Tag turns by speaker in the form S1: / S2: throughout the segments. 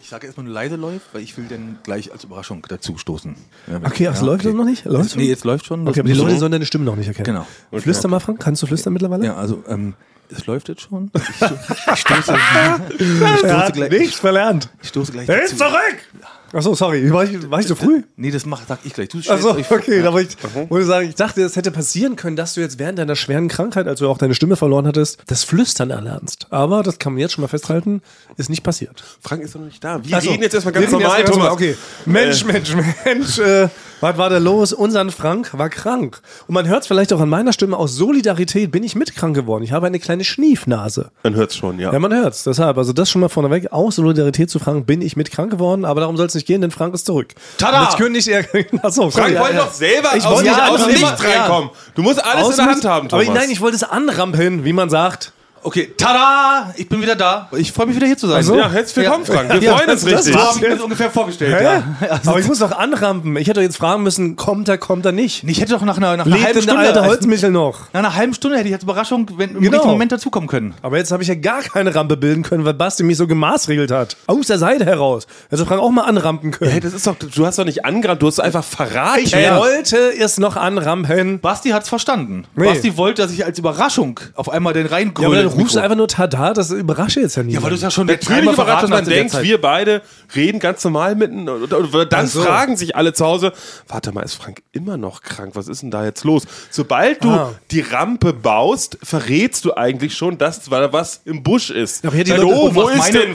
S1: Ich sage erstmal nur leise läuft, weil ich will dann gleich als Überraschung dazu stoßen. Ja, wenn-
S2: Okay, ach, es
S1: ja,
S2: läuft
S1: okay.
S2: das noch nicht? Läuft
S1: Jetzt, nee, jetzt läuft schon. Das
S2: Okay, aber die
S1: muss
S2: Leute
S1: so-
S2: sollen deine Stimme noch nicht erkennen.
S1: Genau.
S2: Flüster mal, Frank. Kannst du flüstern mittlerweile?
S1: Ja, also ähm, es läuft jetzt schon. Ich, sto- ich, stoße, ich,
S2: Er
S1: stoße
S2: hat
S1: gleich,
S2: nichts verlernt.
S1: ich stoße gleich
S2: Er ist zurück! Achso, sorry. War ich, war ich so früh?
S1: Nee, das mach, sag ich gleich. Du stellst
S2: Achso,
S1: euch-
S2: okay. Da wollte ich wollte sagen, ich dachte, es hätte passieren können, dass du jetzt während deiner schweren Krankheit, als du auch deine Stimme verloren hattest, das Flüstern erlernst. Aber das kann man jetzt schon mal festhalten, ist nicht passiert.
S3: Frank ist doch noch nicht da. Wir
S2: Ach so.
S3: reden jetzt erstmal
S2: Wir
S3: ganz
S2: reden
S3: normal,
S2: erstmal
S3: Thomas.
S2: ganz normal. Okay. Mensch, Mensch, Mensch. Äh, was war da los? Unseren Frank war krank. Und man hört es vielleicht auch an meiner Stimme, aus Solidarität bin ich mit krank geworden. Ich habe eine kleine Schniefnase.
S3: Man hört's schon, ja.
S2: Ja, man hört's. Deshalb, also das schon mal vorneweg. Aus Solidarität zu Frank bin ich mit krank geworden, aber darum soll es nicht gehen, denn Frank ist zurück.
S3: Tada!
S2: Und Jetzt äh, kündigt er. Achso,
S3: Frank wollte
S2: ja,
S3: doch selber
S2: Ich
S3: aus,
S2: wollte nicht
S3: aus
S2: einfach
S3: dem
S2: immer-
S3: Licht reinkommen. Du musst alles
S2: Aus
S3: in der Hand
S2: mit-
S3: haben,
S2: Aber
S3: Thomas.
S2: ich, nein, ich wollte es anrampeln, wie man sagt.
S1: Okay, tada! Ich bin wieder da. Ich freue mich wieder hier zu sein.
S2: so.
S3: ja, herzlich willkommen,
S2: Ja.
S3: Frank. Wir
S2: Ja,
S3: freuen uns
S2: das- das
S3: richtig.
S2: war's.
S1: Haben wir das ungefähr vorgestellt,
S2: Hä?
S1: ja. Also,
S2: aber ich muss doch anrampen. Ich hätte doch jetzt fragen müssen, kommt er, kommt er nicht.
S1: ich hätte doch nach einer, nach einer
S2: Lebt
S1: halben
S2: denn der
S1: Stunde.
S2: alte Holzmichel noch?
S1: nach einer halben Stunde hätte ich als Überraschung wenn, im
S2: Genau.
S1: richtigen Moment dazukommen können.
S2: Aber jetzt habe ich ja gar keine Rampe bilden können, weil Basti mich so gemaßregelt hat. Aus der Seite heraus. Also Frank auch mal anrampen können.
S3: Hey, das ist doch, du hast doch nicht angerannt, du hast einfach verraten.
S2: ich wollte es noch anrampen.
S1: Basti hat's verstanden.
S2: Nee.
S1: Basti wollte, dass ich als Überraschung auf einmal den
S2: Ja,
S1: reingrüne.
S2: aber dann rufst du einfach nur Tada, das überrasche jetzt ja niemanden.
S1: Ja, weil du es ja schon
S3: Natürlich überrascht, dass man
S1: hast in der
S3: denkt,
S1: Zeit.
S3: wir beide reden ganz normal mitten und, und, und
S2: Ach
S3: dann
S2: so.
S3: fragen sich alle zu Hause, warte mal, ist Frank immer noch krank? Was ist denn da jetzt los? Sobald du
S2: Ah.
S3: die Rampe baust, verrätst du eigentlich schon, dass da was im Busch ist.
S2: Aber hier die
S3: Dann,
S2: Leute-
S3: oh, wo
S2: was
S3: ist
S2: meine-
S3: denn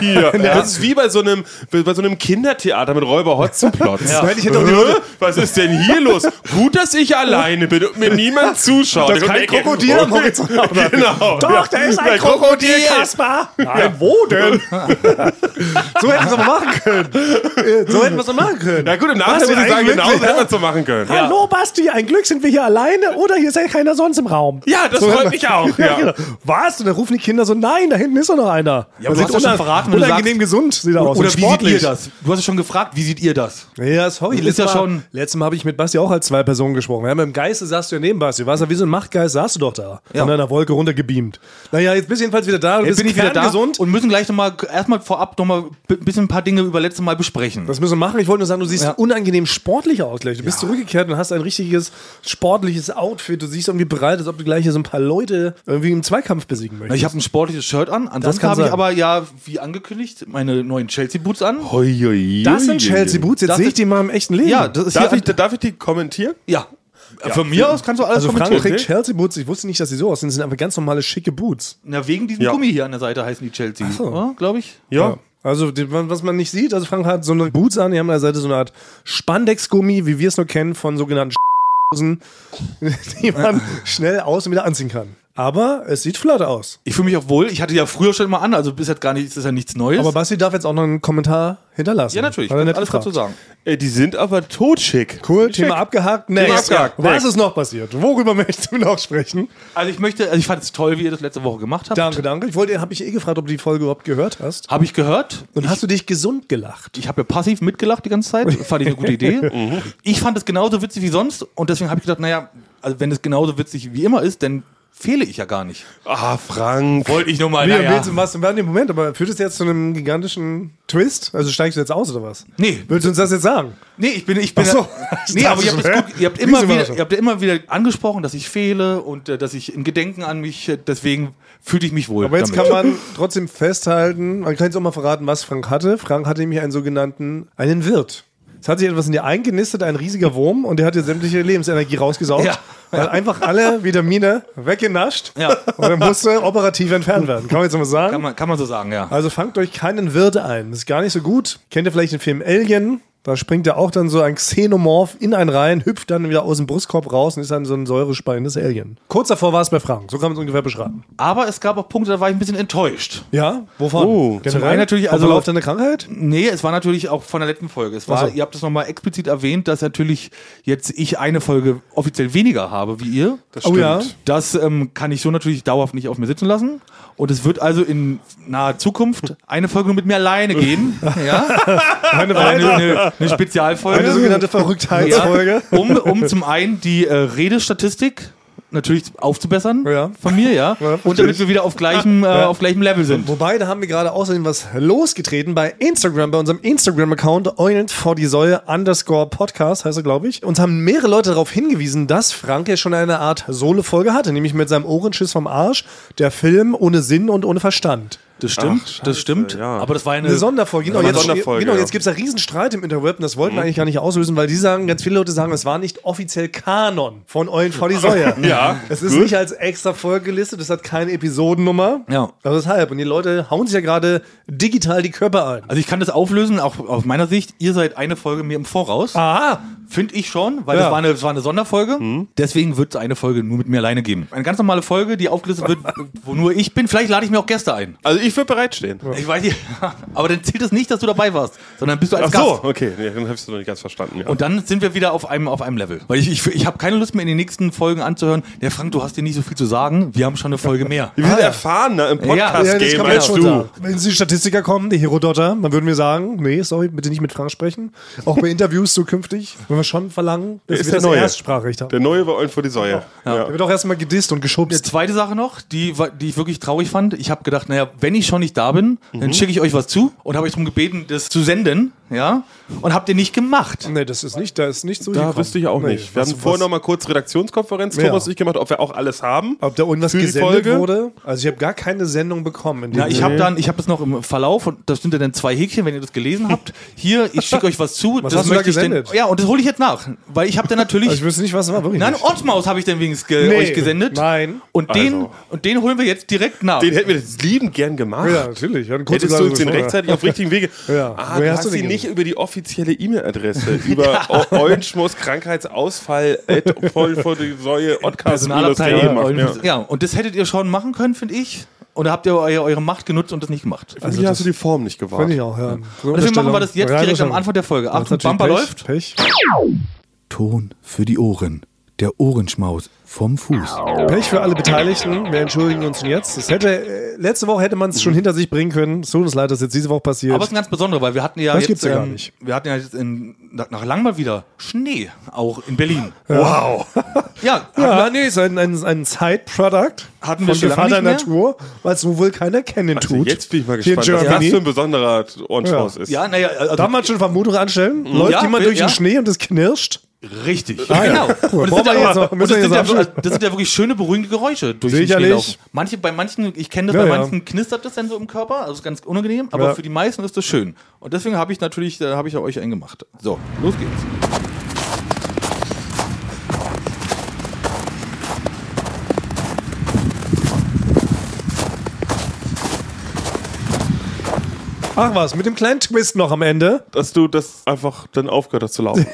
S3: hier? Das ist wie bei so einem, bei so einem Kindertheater mit Räuber Hotzenplotz.
S2: Ja. Ich hätte auch die
S3: Hä?
S2: Leute-
S3: was ist denn hier los? Gut, dass ich alleine bin und mir niemand zuschaut.
S2: Da ist
S3: Und
S2: kein
S3: ich denke,
S2: Krokodil am
S3: oh,
S2: Horizont.
S3: Genau.
S2: Doch, da ist ein Krokodil, Kaspar. Nein, wo denn? so hätten wir es aber machen können. Äh, So hätten wir es aber machen können.
S3: Ja gut, im
S2: Basti,
S3: Nachhinein würde ich
S2: ein
S3: sagen,
S2: Glück,
S3: genau das
S2: ja.
S3: hätte man so machen können.
S2: Hallo Basti, ein Glück sind wir hier alleine oder hier ist ja keiner sonst im Raum.
S3: Ja, das freut
S2: hört
S3: mich
S2: man-
S3: auch, ja.
S2: genau. Was? Und dann rufen die Kinder so, nein, da hinten ist doch noch einer.
S1: aber du hast doch schon verraten, wenn du
S2: unangenehm gesund sieht er aus.
S1: Oder
S2: und
S1: Genau, wie seht ihr
S2: sportlich.
S1: das? Du hast es schon gefragt, wie seht ihr das?
S2: Ja, sorry.
S1: Das ist
S2: letztes
S1: ja
S2: Mal-
S1: schon-
S2: Letztes Mal habe ich mit Basti auch als zwei Personen gesprochen. Ja, mit dem Geiste saß du ja neben Basti. Du warst ja wie so ein Machtgeist, saß du doch da.
S1: Ja.
S2: Von einer Wolke runtergebeamt. Naja, jetzt bist du jedenfalls wieder da. Du bist kerngesund.
S1: und müssen gleich nochmal, erstmal vorab nochmal ein bisschen ein paar Dinge über letzte Mal besprechen.
S2: Das müssen wir machen. Ich wollte nur sagen, du siehst
S1: Ja.
S2: unangenehm sportlich aus gleich. Du bist zurückgekehrt und hast ein richtiges sportliches Outfit. Du siehst irgendwie bereit, als ob du gleich hier so ein paar Leute irgendwie im Zweikampf besiegen möchtest.
S1: Ich habe ein sportliches Shirt an, ansonsten
S2: kann
S1: habe ich
S2: sein. Oh,
S1: aber ja, wie angekündigt, meine neuen Chelsea-Boots an.
S2: das sind Chelsea Boots. Jetzt
S1: Das
S2: sehe ich
S1: ist-
S2: die mal im echten Leben.
S1: Ja, das ist
S3: Darf
S1: hier
S3: ich, darf ich die kommentieren?
S1: Ja. Von mir aus kannst du alles
S2: also Frank
S1: kommentieren.
S2: trägt Chelsea Boots. Ich wusste nicht, dass sie so aussehen. Das sind einfach ganz normale schicke Boots.
S1: Na, wegen diesem
S3: Ja.
S1: Gummi hier an der Seite heißen die Chelsea, oder? glaube ich.
S3: Ja.
S2: Also, die, was man nicht sieht, also Frank hat so eine Boots an, die haben an der Seite so eine Art Spandex-Gummi, wie wir es nur kennen, von sogenannten Hosen, die man schnell aus und wieder anziehen kann. Aber es sieht flott aus.
S1: Ich fühle mich auch wohl. Ich hatte die ja früher schon mal an, also ist halt gar nicht, ist ja nichts Neues.
S2: Aber Basti darf jetzt auch noch einen Kommentar hinterlassen.
S1: ja, natürlich.
S2: Hat er
S1: kannst
S2: nett
S1: alles
S2: gefragt.
S1: dazu sagen.
S3: Äh, Die sind aber totschick.
S2: Cool, Thema abgehakt. Next.
S3: abgehakt.
S2: Was
S3: Next.
S2: ist noch passiert? Worüber möchtest du noch sprechen?
S1: Also ich möchte, also ich fand es toll, wie ihr das letzte Woche gemacht habt.
S2: Danke, danke. Ich wollte, habe ich eh gefragt, ob du die Folge überhaupt gehört hast.
S1: Habe ich gehört.
S2: Und hast du dich gesund gelacht?
S1: Ich habe ja passiv mitgelacht die ganze Zeit. Fand ich eine gute
S2: Mhm.
S1: Idee. ich fand es genauso witzig wie sonst und deswegen habe ich gedacht, naja, also wenn es genauso witzig wie immer ist, dann fehle ich ja gar nicht.
S3: Ah, Frank.
S1: Wollte ich nur mal.
S2: Wie,
S1: naja.
S2: willst du was? Wir haben den Moment, aber führt es jetzt zu einem gigantischen Twist? Also steigst du jetzt aus oder was?
S1: Nee.
S2: Willst du uns das jetzt sagen?
S1: Nee, ich bin, ich bin.
S2: Ach so.
S1: Nee, aber ihr habt,
S2: Hä?
S1: das gut, ihr, habt
S2: Riesen
S1: immer wieder,
S2: Überraschung.
S1: ihr habt ja immer wieder angesprochen, dass ich fehle und äh, dass ich im Gedenken an mich, äh, deswegen fühle ich mich wohl.
S2: Aber jetzt
S1: damit.
S2: kann man trotzdem festhalten, man kann jetzt auch mal verraten, was Frank hatte. Frank hatte nämlich einen sogenannten, einen Wirt. Es hat sich etwas in dir eingenistet, ein riesiger Wurm, und der hat dir sämtliche Lebensenergie rausgesaugt.
S1: Ja.
S2: Hat einfach alle Vitamine weggenascht
S1: Ja.
S2: und dann musste operativ entfernt werden. Kann man jetzt mal sagen?
S1: Kann man, kann man so sagen, ja.
S2: Also fangt euch keinen Wirt ein. Das ist gar nicht so gut. Kennt ihr vielleicht den Film Alien? Da springt ja auch dann so ein Xenomorph in einen rein, hüpft dann wieder aus dem Brustkorb raus und ist dann so ein säurespeichendes Alien. Kurz davor war es bei Frank. So kann man es ungefähr beschreiben.
S1: Aber es gab auch Punkte, da war ich ein bisschen enttäuscht.
S2: Ja? Wovon?
S3: Oh,
S2: Generell?
S1: zum einen natürlich, also-
S2: Auf Verlauf deiner Krankheit?
S1: Nee, es war natürlich auch von der letzten Folge. Es war,
S2: Ach so.
S1: Ihr habt es nochmal explizit erwähnt, dass natürlich jetzt ich eine Folge offiziell weniger habe wie ihr. Das
S2: Oh ja.
S1: Das ähm, kann ich so natürlich dauerhaft nicht auf mir sitzen lassen. Und es wird also in naher Zukunft eine Folge nur mit mir alleine geben. ja? Eine,
S2: Eine, eine,
S1: eine, eine Spezialfolge.
S2: sogenannte Verrücktheitsfolge.
S1: Ja, um, um zum einen die äh, Redestatistik natürlich aufzubessern
S2: Ja.
S1: von mir, ja.
S2: Ja.
S1: Und damit wir wieder auf gleichem, äh, auf gleichem Level sind.
S2: Wobei, da haben wir gerade außerdem was losgetreten bei Instagram, bei unserem Instagram-Account Eulen vor die Säue underscore Podcast, heißt er, glaube ich. Uns haben mehrere Leute darauf hingewiesen, dass Frank ja schon eine Art Solo-Folge hatte, nämlich mit seinem Ohrenschiss vom Arsch, der Film ohne Sinn und ohne Verstand.
S1: Das stimmt,
S3: Ach,
S1: das
S3: scheiße,
S1: stimmt.
S3: ja.
S1: Aber das war eine,
S2: Eine Sonderfolge. Genau,
S3: Eine
S2: jetzt,
S3: Sonderfolge,
S2: genau,
S3: ja. Mhm.
S2: jetzt gibt es da Riesenstreit im Interweb und das wollten wir eigentlich gar nicht auslösen, weil die sagen, ganz viele Leute sagen, es war nicht offiziell Kanon von Eulen vor die Säue.
S3: Ja,
S2: Es ist
S3: gut.
S2: nicht als extra Folge gelistet, es hat keine Episodennummer.
S1: Ja.
S2: Also deshalb. Und die Leute hauen sich ja gerade digital die Körper ein.
S1: also ich kann das auflösen, auch aus meiner Sicht. Ihr seid eine Folge mir im Voraus.
S2: Ah,
S1: Finde ich schon, weil
S2: Ja.
S1: das, war eine, das war eine Sonderfolge. Deswegen wird es eine Folge nur mit mir alleine geben. Eine ganz normale Folge, die aufgelistet wird, wo nur ich bin. Vielleicht lade ich mir auch Gäste ein.
S3: Also ich würde bereitstehen.
S1: Ich weiß nicht, aber dann zählt es nicht, dass du dabei warst, sondern bist du als
S3: Ach
S1: Gast.
S3: so, okay. Nee, dann habe ich es noch nicht ganz verstanden. Ja.
S1: Und dann sind wir wieder auf einem, auf einem Level. Weil ich, ich, ich habe keine Lust mehr in den nächsten Folgen anzuhören, der Frank, du hast dir nicht so viel zu sagen, wir haben schon eine Folge mehr.
S3: wir sind erfahrener im
S2: Ah, ja, das
S3: Podcast-Game
S2: kann man jetzt
S3: als
S2: schon
S3: du.
S2: sagen. Wenn die Statistiker kommen, die Herodotter, dann würden wir sagen, nee, sorry, bitte nicht mit Frank sprechen. Auch bei Interviews zukünftig würden wir schon verlangen, dass
S3: Ist
S2: wir
S3: der
S2: das
S3: Neue.
S2: Erstsprachrecht haben.
S3: Der neue war Eulen vor die Säue.
S2: Da
S3: Ja.
S2: wird auch erstmal gedisst und
S1: Eine
S2: geschubst.
S1: zweite Sache noch, die, wa- die ich wirklich traurig fand. Ich habe gedacht, naja, wenn ich schon nicht da bin,
S2: Mhm.
S1: dann schicke ich euch was zu und habe euch darum gebeten, das zu senden, ja, und habt ihr nicht gemacht.
S2: Nee, das ist nicht, da ist nicht so
S3: Da wüsste ich auch
S2: Nee,
S3: nicht. Wir
S2: was-
S3: hatten vorher
S2: was-
S3: noch mal kurz Redaktionskonferenz, Thomas und ich gemacht, ob wir auch alles haben.
S2: Ob da irgendwas
S3: Für die
S2: gesendet
S3: Folge?
S2: wurde? Also ich habe gar keine Sendung bekommen. In dem
S1: Ja, ich
S2: Sinne.
S1: habe dann, ich habe das noch im Verlauf und da sind ja dann zwei Häkchen, wenn ihr das gelesen habt. Hier, ich schicke euch was zu.
S2: Was
S1: das
S2: hast du da
S1: möchte ich denn,
S2: gesendet?
S1: Ja, und das hole ich jetzt nach, weil ich habe dann natürlich.
S2: Also ich wüsste nicht, was es war. Wirklich
S1: Nein, oh,
S2: nicht.
S1: Ortsmaus habe ich denn wenigstens ge
S2: Nee,
S1: euch gesendet.
S2: nein.
S1: Und den,
S3: Also.
S1: und den holen wir jetzt direkt nach.
S3: Den hätten wir jetzt liebend gern gemacht.
S2: Ja, natürlich. Wir hatten kurz
S3: Hättest du
S2: gesagt,
S3: uns den
S2: das war-
S3: rechtzeitig auf richtigen Wege.
S2: Ja. Woher
S3: Ah, du
S2: hast
S3: hast,
S2: du den
S3: ihn nicht über die offizielle E-Mail-Adresse, über ja. Eulenschmus-Krankheitsausfall voll vor die Säue podcast
S1: Personalabteilung.
S3: ja.
S1: ja. ja, und das hättet ihr schon machen können, finde ich. Und da habt ihr eu- eure Macht genutzt und das nicht gemacht.
S3: Wie Also hast du die Hm. Form nicht
S2: Fand Also ich
S3: gewahrt?
S2: auch, ja.
S1: Und deswegen machen wir das jetzt direkt am Anfang der Folge. Achtung, Bumper läuft.
S2: Pech.
S1: Ton für die Ohren. Der Ohrenschmaus vom Fuß.
S2: Pech für alle Beteiligten. Wir entschuldigen uns schon jetzt. Das hätte, äh, letzte Woche hätte man es
S3: Mhm.
S2: schon hinter sich bringen können. Es tut uns leid, dass jetzt diese Woche passiert.
S1: Aber es ist ein ganz besonderer, weil wir hatten ja
S2: Das
S1: jetzt,
S2: gibt's ja gar
S1: ähm,
S2: nicht.
S1: wir hatten ja jetzt in, nach, nach langem mal wieder Schnee, auch in Berlin.
S2: wow.
S1: Ja,
S2: ja, nee, ist ein, ein, ein Side-Product
S1: Hatten wir
S2: von
S1: schon lange
S2: Gevatter
S1: nicht mehr.
S2: Natur, weil es wohl keiner kennen
S3: Also
S2: tut.
S3: jetzt bin ich mal
S2: Hier in
S3: gespannt, was das
S2: Germany.
S3: für ein besonderer Ohrenschmaus ist.
S1: ja naja, also
S2: Darf man schon Vermutungen anstellen? Läuft
S1: Ja,
S2: jemand
S1: wir-
S2: durch
S1: ja.
S2: den Schnee und es knirscht?
S1: Richtig.
S2: Ah, ja.
S1: genau. Und das
S2: Brauchen
S1: sind,
S2: wir
S1: ja,
S2: jetzt
S1: und das
S2: noch- müssen wir
S1: sind, ja,
S2: jetzt
S1: also,
S2: abschließen?
S1: das sind ja wirklich schöne, beruhigende Geräusche durch den
S2: Sicherlich.
S1: Schneelaufen. Manche, bei manchen, ich kenne das,
S2: Ja,
S1: bei
S2: ja.
S1: manchen knistert das dann so im Körper, also ist ganz unangenehm, aber
S2: Ja.
S1: für die meisten ist das schön. Und deswegen habe ich natürlich, da habe ich ja euch einen gemacht. So, los geht's.
S2: Ach was, mit dem kleinen Twist noch am Ende.
S3: Dass du das einfach dann aufgehört hast zu laufen.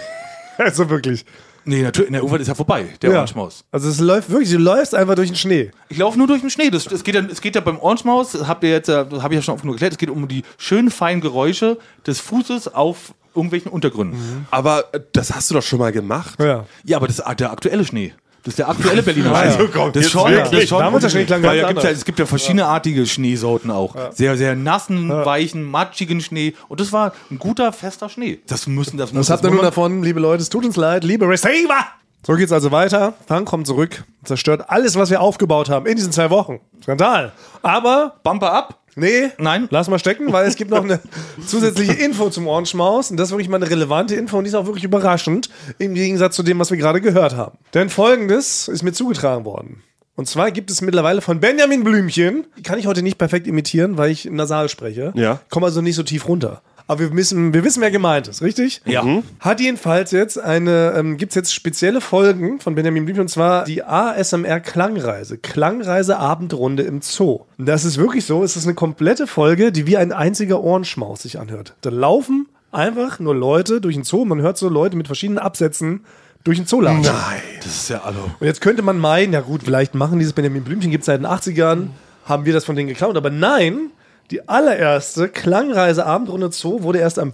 S2: Also wirklich.
S1: Nee, natürlich, na, irgendwann ist ja vorbei, der
S2: Ja.
S1: Orange-Maus.
S2: Also es läuft wirklich, du läufst einfach durch den Schnee.
S1: Ich laufe nur durch den Schnee. Das, das geht ja, es geht ja beim Orange-Maus, das habt ihr jetzt, äh, das habe ich ja schon oft genug erklärt, es geht um die schönen, feinen Geräusche des Fußes auf irgendwelchen Untergründen.
S3: Aber äh, das hast du doch schon mal gemacht.
S2: Ja.
S1: Mhm. Ja, aber das ist der aktuelle Schnee. Das ist der aktuelle Berliner Schnee.
S2: Also
S3: komm,
S1: das
S3: jetzt
S1: schon,
S3: wirklich.
S1: das schon,
S2: Damals der Schnee klang
S1: weil
S2: ganz
S1: da gibt's ja,
S2: anders.
S1: Es gibt ja verschiedeneartige Schneesorten auch. Sehr, sehr nassen, weichen, matschigen Schnee. Und das war ein guter, fester Schnee. Das müssen, das, muss-
S2: Was
S1: das
S2: habt ihr
S1: muss
S2: nun
S1: man-
S2: davon, liebe Leute? Es tut uns leid, liebe Receiver! So geht's also weiter. Frank kommt zurück, zerstört alles, was wir aufgebaut haben in diesen zwei Wochen. Skandal. Aber,
S1: Bumper ab.
S2: nee,
S1: Nein.
S2: lass mal stecken, weil es gibt noch eine zusätzliche Info zum Orange Maus. Und das ist wirklich mal eine relevante Info und die ist auch wirklich überraschend im Gegensatz zu dem, was wir gerade gehört haben. Denn folgendes ist mir zugetragen worden. Und zwar gibt es mittlerweile von Benjamin Blümchen, die kann ich heute nicht perfekt imitieren, weil ich nasal spreche.
S3: Ja.
S2: Komme also nicht so tief runter. Aber wir, müssen, wir wissen, wer gemeint ist, richtig? Mhm.
S1: Ja.
S2: Hat jedenfalls jetzt eine, ähm, gibt es jetzt spezielle Folgen von Benjamin Blümchen und zwar die ASMR Klangreise. Klangreise Abendrunde im Zoo. Und das ist wirklich so, es ist eine komplette Folge, die wie ein einziger Ohrenschmaus sich anhört. Da laufen einfach nur Leute durch den Zoo. Man hört so Leute mit verschiedenen Absätzen durch den Zoo laufen. Nein.
S1: Das ist ja also.
S2: Und jetzt könnte man meinen, ja gut, vielleicht machen dieses Benjamin Blümchen, gibt es seit den 80ern, haben wir das von denen geklaut. Aber nein, die allererste Klangreise Abendrunde Zoo wurde erst am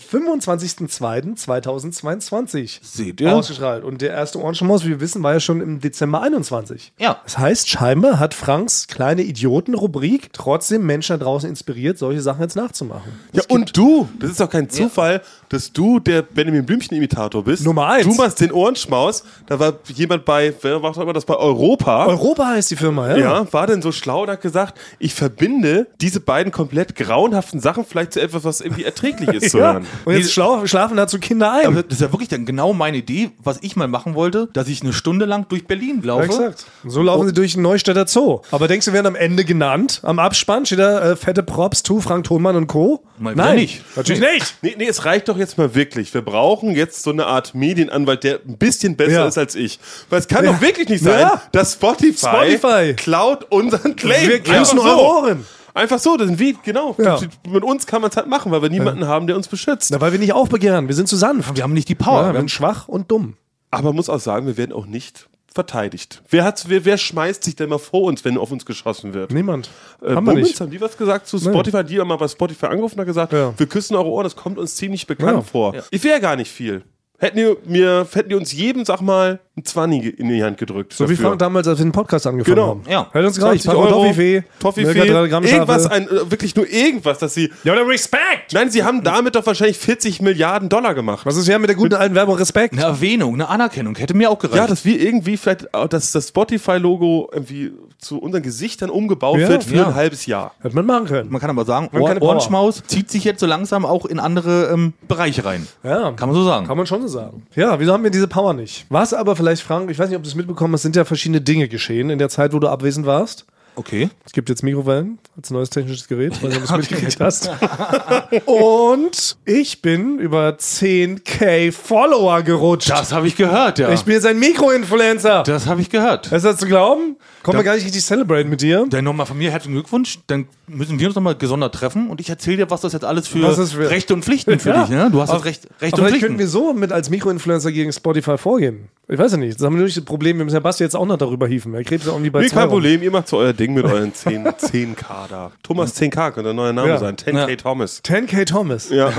S2: 25.02.2022
S1: Seht ihr?
S2: ausgestrahlt. Und der erste Orange Maus, wie wir wissen, war ja schon im Dezember 21.
S1: Ja.
S2: Das heißt, scheinbar hat Franks kleine Idioten-Rubrik trotzdem Menschen da draußen inspiriert, solche Sachen jetzt nachzumachen.
S3: Ja, und du, das ist doch kein Zufall, dass du der Benjamin Blümchen-Imitator bist.
S2: Nummer eins.
S3: Du machst den Ohrenschmaus. Da war jemand bei, wer macht auch immer das bei Europa?
S2: Europa heißt die Firma, ja?
S3: Ja, war denn so schlau und hat gesagt, ich verbinde diese beiden komplett grauenhaften Sachen vielleicht zu etwas, was irgendwie erträglich ist zu hören.
S2: Und jetzt schlau, schlafen dazu Kinder ein.
S1: Aber das ist ja wirklich dann genau meine Idee, was ich mal machen wollte, dass ich eine Stunde lang durch Berlin laufe.
S2: So laufen sie durch den Neustädter Zoo. Aber denkst du, wir werden am Ende genannt? Am Abspann steht da äh, fette Props to Frank Thunmann und Co.
S1: Mal wieder nicht.
S2: Natürlich nicht.
S3: Nee, nee, es reicht doch jetzt mal wirklich. Wir brauchen jetzt so eine Art Medienanwalt, der ein bisschen besser
S2: Ja.
S3: ist als ich. Weil es kann doch wirklich nicht sein,
S2: Ja.
S3: dass Spotify,
S2: Spotify.
S3: klaut unseren Claim.
S2: Wir küssen
S3: Einfach
S2: eure Ohren.
S3: Einfach so, das sind wie, genau.
S2: Ja.
S3: Mit uns kann man es halt machen, weil wir niemanden haben, der uns beschützt.
S2: Na, weil wir nicht aufbegehren. Wir sind zu sanft.
S1: Wir haben nicht die Power.
S2: Ja, wir
S1: wir haben
S2: sind schwach und dumm.
S3: Aber man muss auch sagen, wir werden auch nicht verteidigt. Wer, hat's, wer, wer schmeißt sich denn mal vor uns, wenn auf uns geschossen wird?
S2: Niemand.
S3: Äh,
S2: haben wir
S3: Moments,
S1: halt
S2: nicht.
S3: haben die was gesagt zu Spotify? Die haben mal bei Spotify angerufen und gesagt,
S2: Ja.
S3: wir küssen eure Ohren, das kommt uns ziemlich bekannt
S2: Ja.
S3: vor. Ich wäre gar nicht viel. Hätten die, mir, hätten die uns jedem, sag mal, ein 20 in die Hand gedrückt.
S2: So wie Frank damals, als wir den Podcast angefangen
S3: Genau,
S2: haben.
S1: ja.
S2: Hört uns gleich.
S3: 20 Euro,
S2: Toffifee.
S3: Toffifee, irgendwas,
S2: Irgendwas
S3: ein, äh, wirklich nur irgendwas, dass sie...
S2: Ja, oder Respekt.
S3: Nein, sie haben damit doch wahrscheinlich 40 Milliarden Dollar gemacht.
S2: Was ist ja mit der guten alten Werbung Respekt?
S1: eine Erwähnung, eine Anerkennung hätte mir auch gereicht.
S3: Ja, dass wir irgendwie vielleicht, äh, dass das Spotify-Logo irgendwie zu unseren Gesichtern umgebaut
S2: Ja,
S3: wird für
S1: ja.
S3: ein halbes Jahr.
S2: Hätte man machen können.
S1: man kann aber sagen,
S2: Man
S1: Ohr,
S2: kann eine Power.
S1: Ohrenschmaus zieht sich jetzt so langsam auch in andere ähm, Bereiche rein.
S2: Ja.
S1: Kann man so sagen.
S2: Kann man schon so sagen. Ja, wieso haben wir diese Power nicht? Was aber vielleicht, Frank, ich weiß nicht, ob du es mitbekommen hast, sind ja verschiedene Dinge geschehen in der Zeit, wo du abwesend warst.
S1: Okay.
S2: Es gibt jetzt Mikrowellen als neues technisches Gerät, weil du das mitgekriegt hast. Und ich bin über 10k Follower gerutscht.
S1: Das habe ich gehört, ja.
S2: Ich bin jetzt ein Mikroinfluencer.
S1: das habe ich gehört.
S2: Ist das zu glauben? Kommen wir gar nicht richtig celebraten mit dir.
S1: Dann nochmal von mir herzlichen Glückwunsch. Dann müssen wir uns nochmal gesondert treffen und ich erzähle dir, was das jetzt alles für,
S2: Was das für-
S1: Rechte und Pflichten für
S2: Ja.
S1: dich. Ne? Du hast
S2: Aber-
S1: das Recht, Recht
S2: aber
S1: und
S2: vielleicht
S1: Pflichten.
S2: könnten wir so mit als Mikroinfluencer gegen Spotify vorgehen. Ich weiß ja nicht. Das haben wir nur nicht das Problem, wir müssen ja Basti jetzt auch noch darüber hieven. Er krebs ja irgendwie bei
S3: Nee,
S2: zwei
S3: kein
S2: rum.
S3: Problem, ihr macht so euer Ding mit euren 10, 10k da. Thomas 10k könnte ein neuer Name
S2: Ja.
S3: sein. 10k
S1: Ja.
S3: Thomas.
S2: 10k Thomas. Oh,
S3: Ja.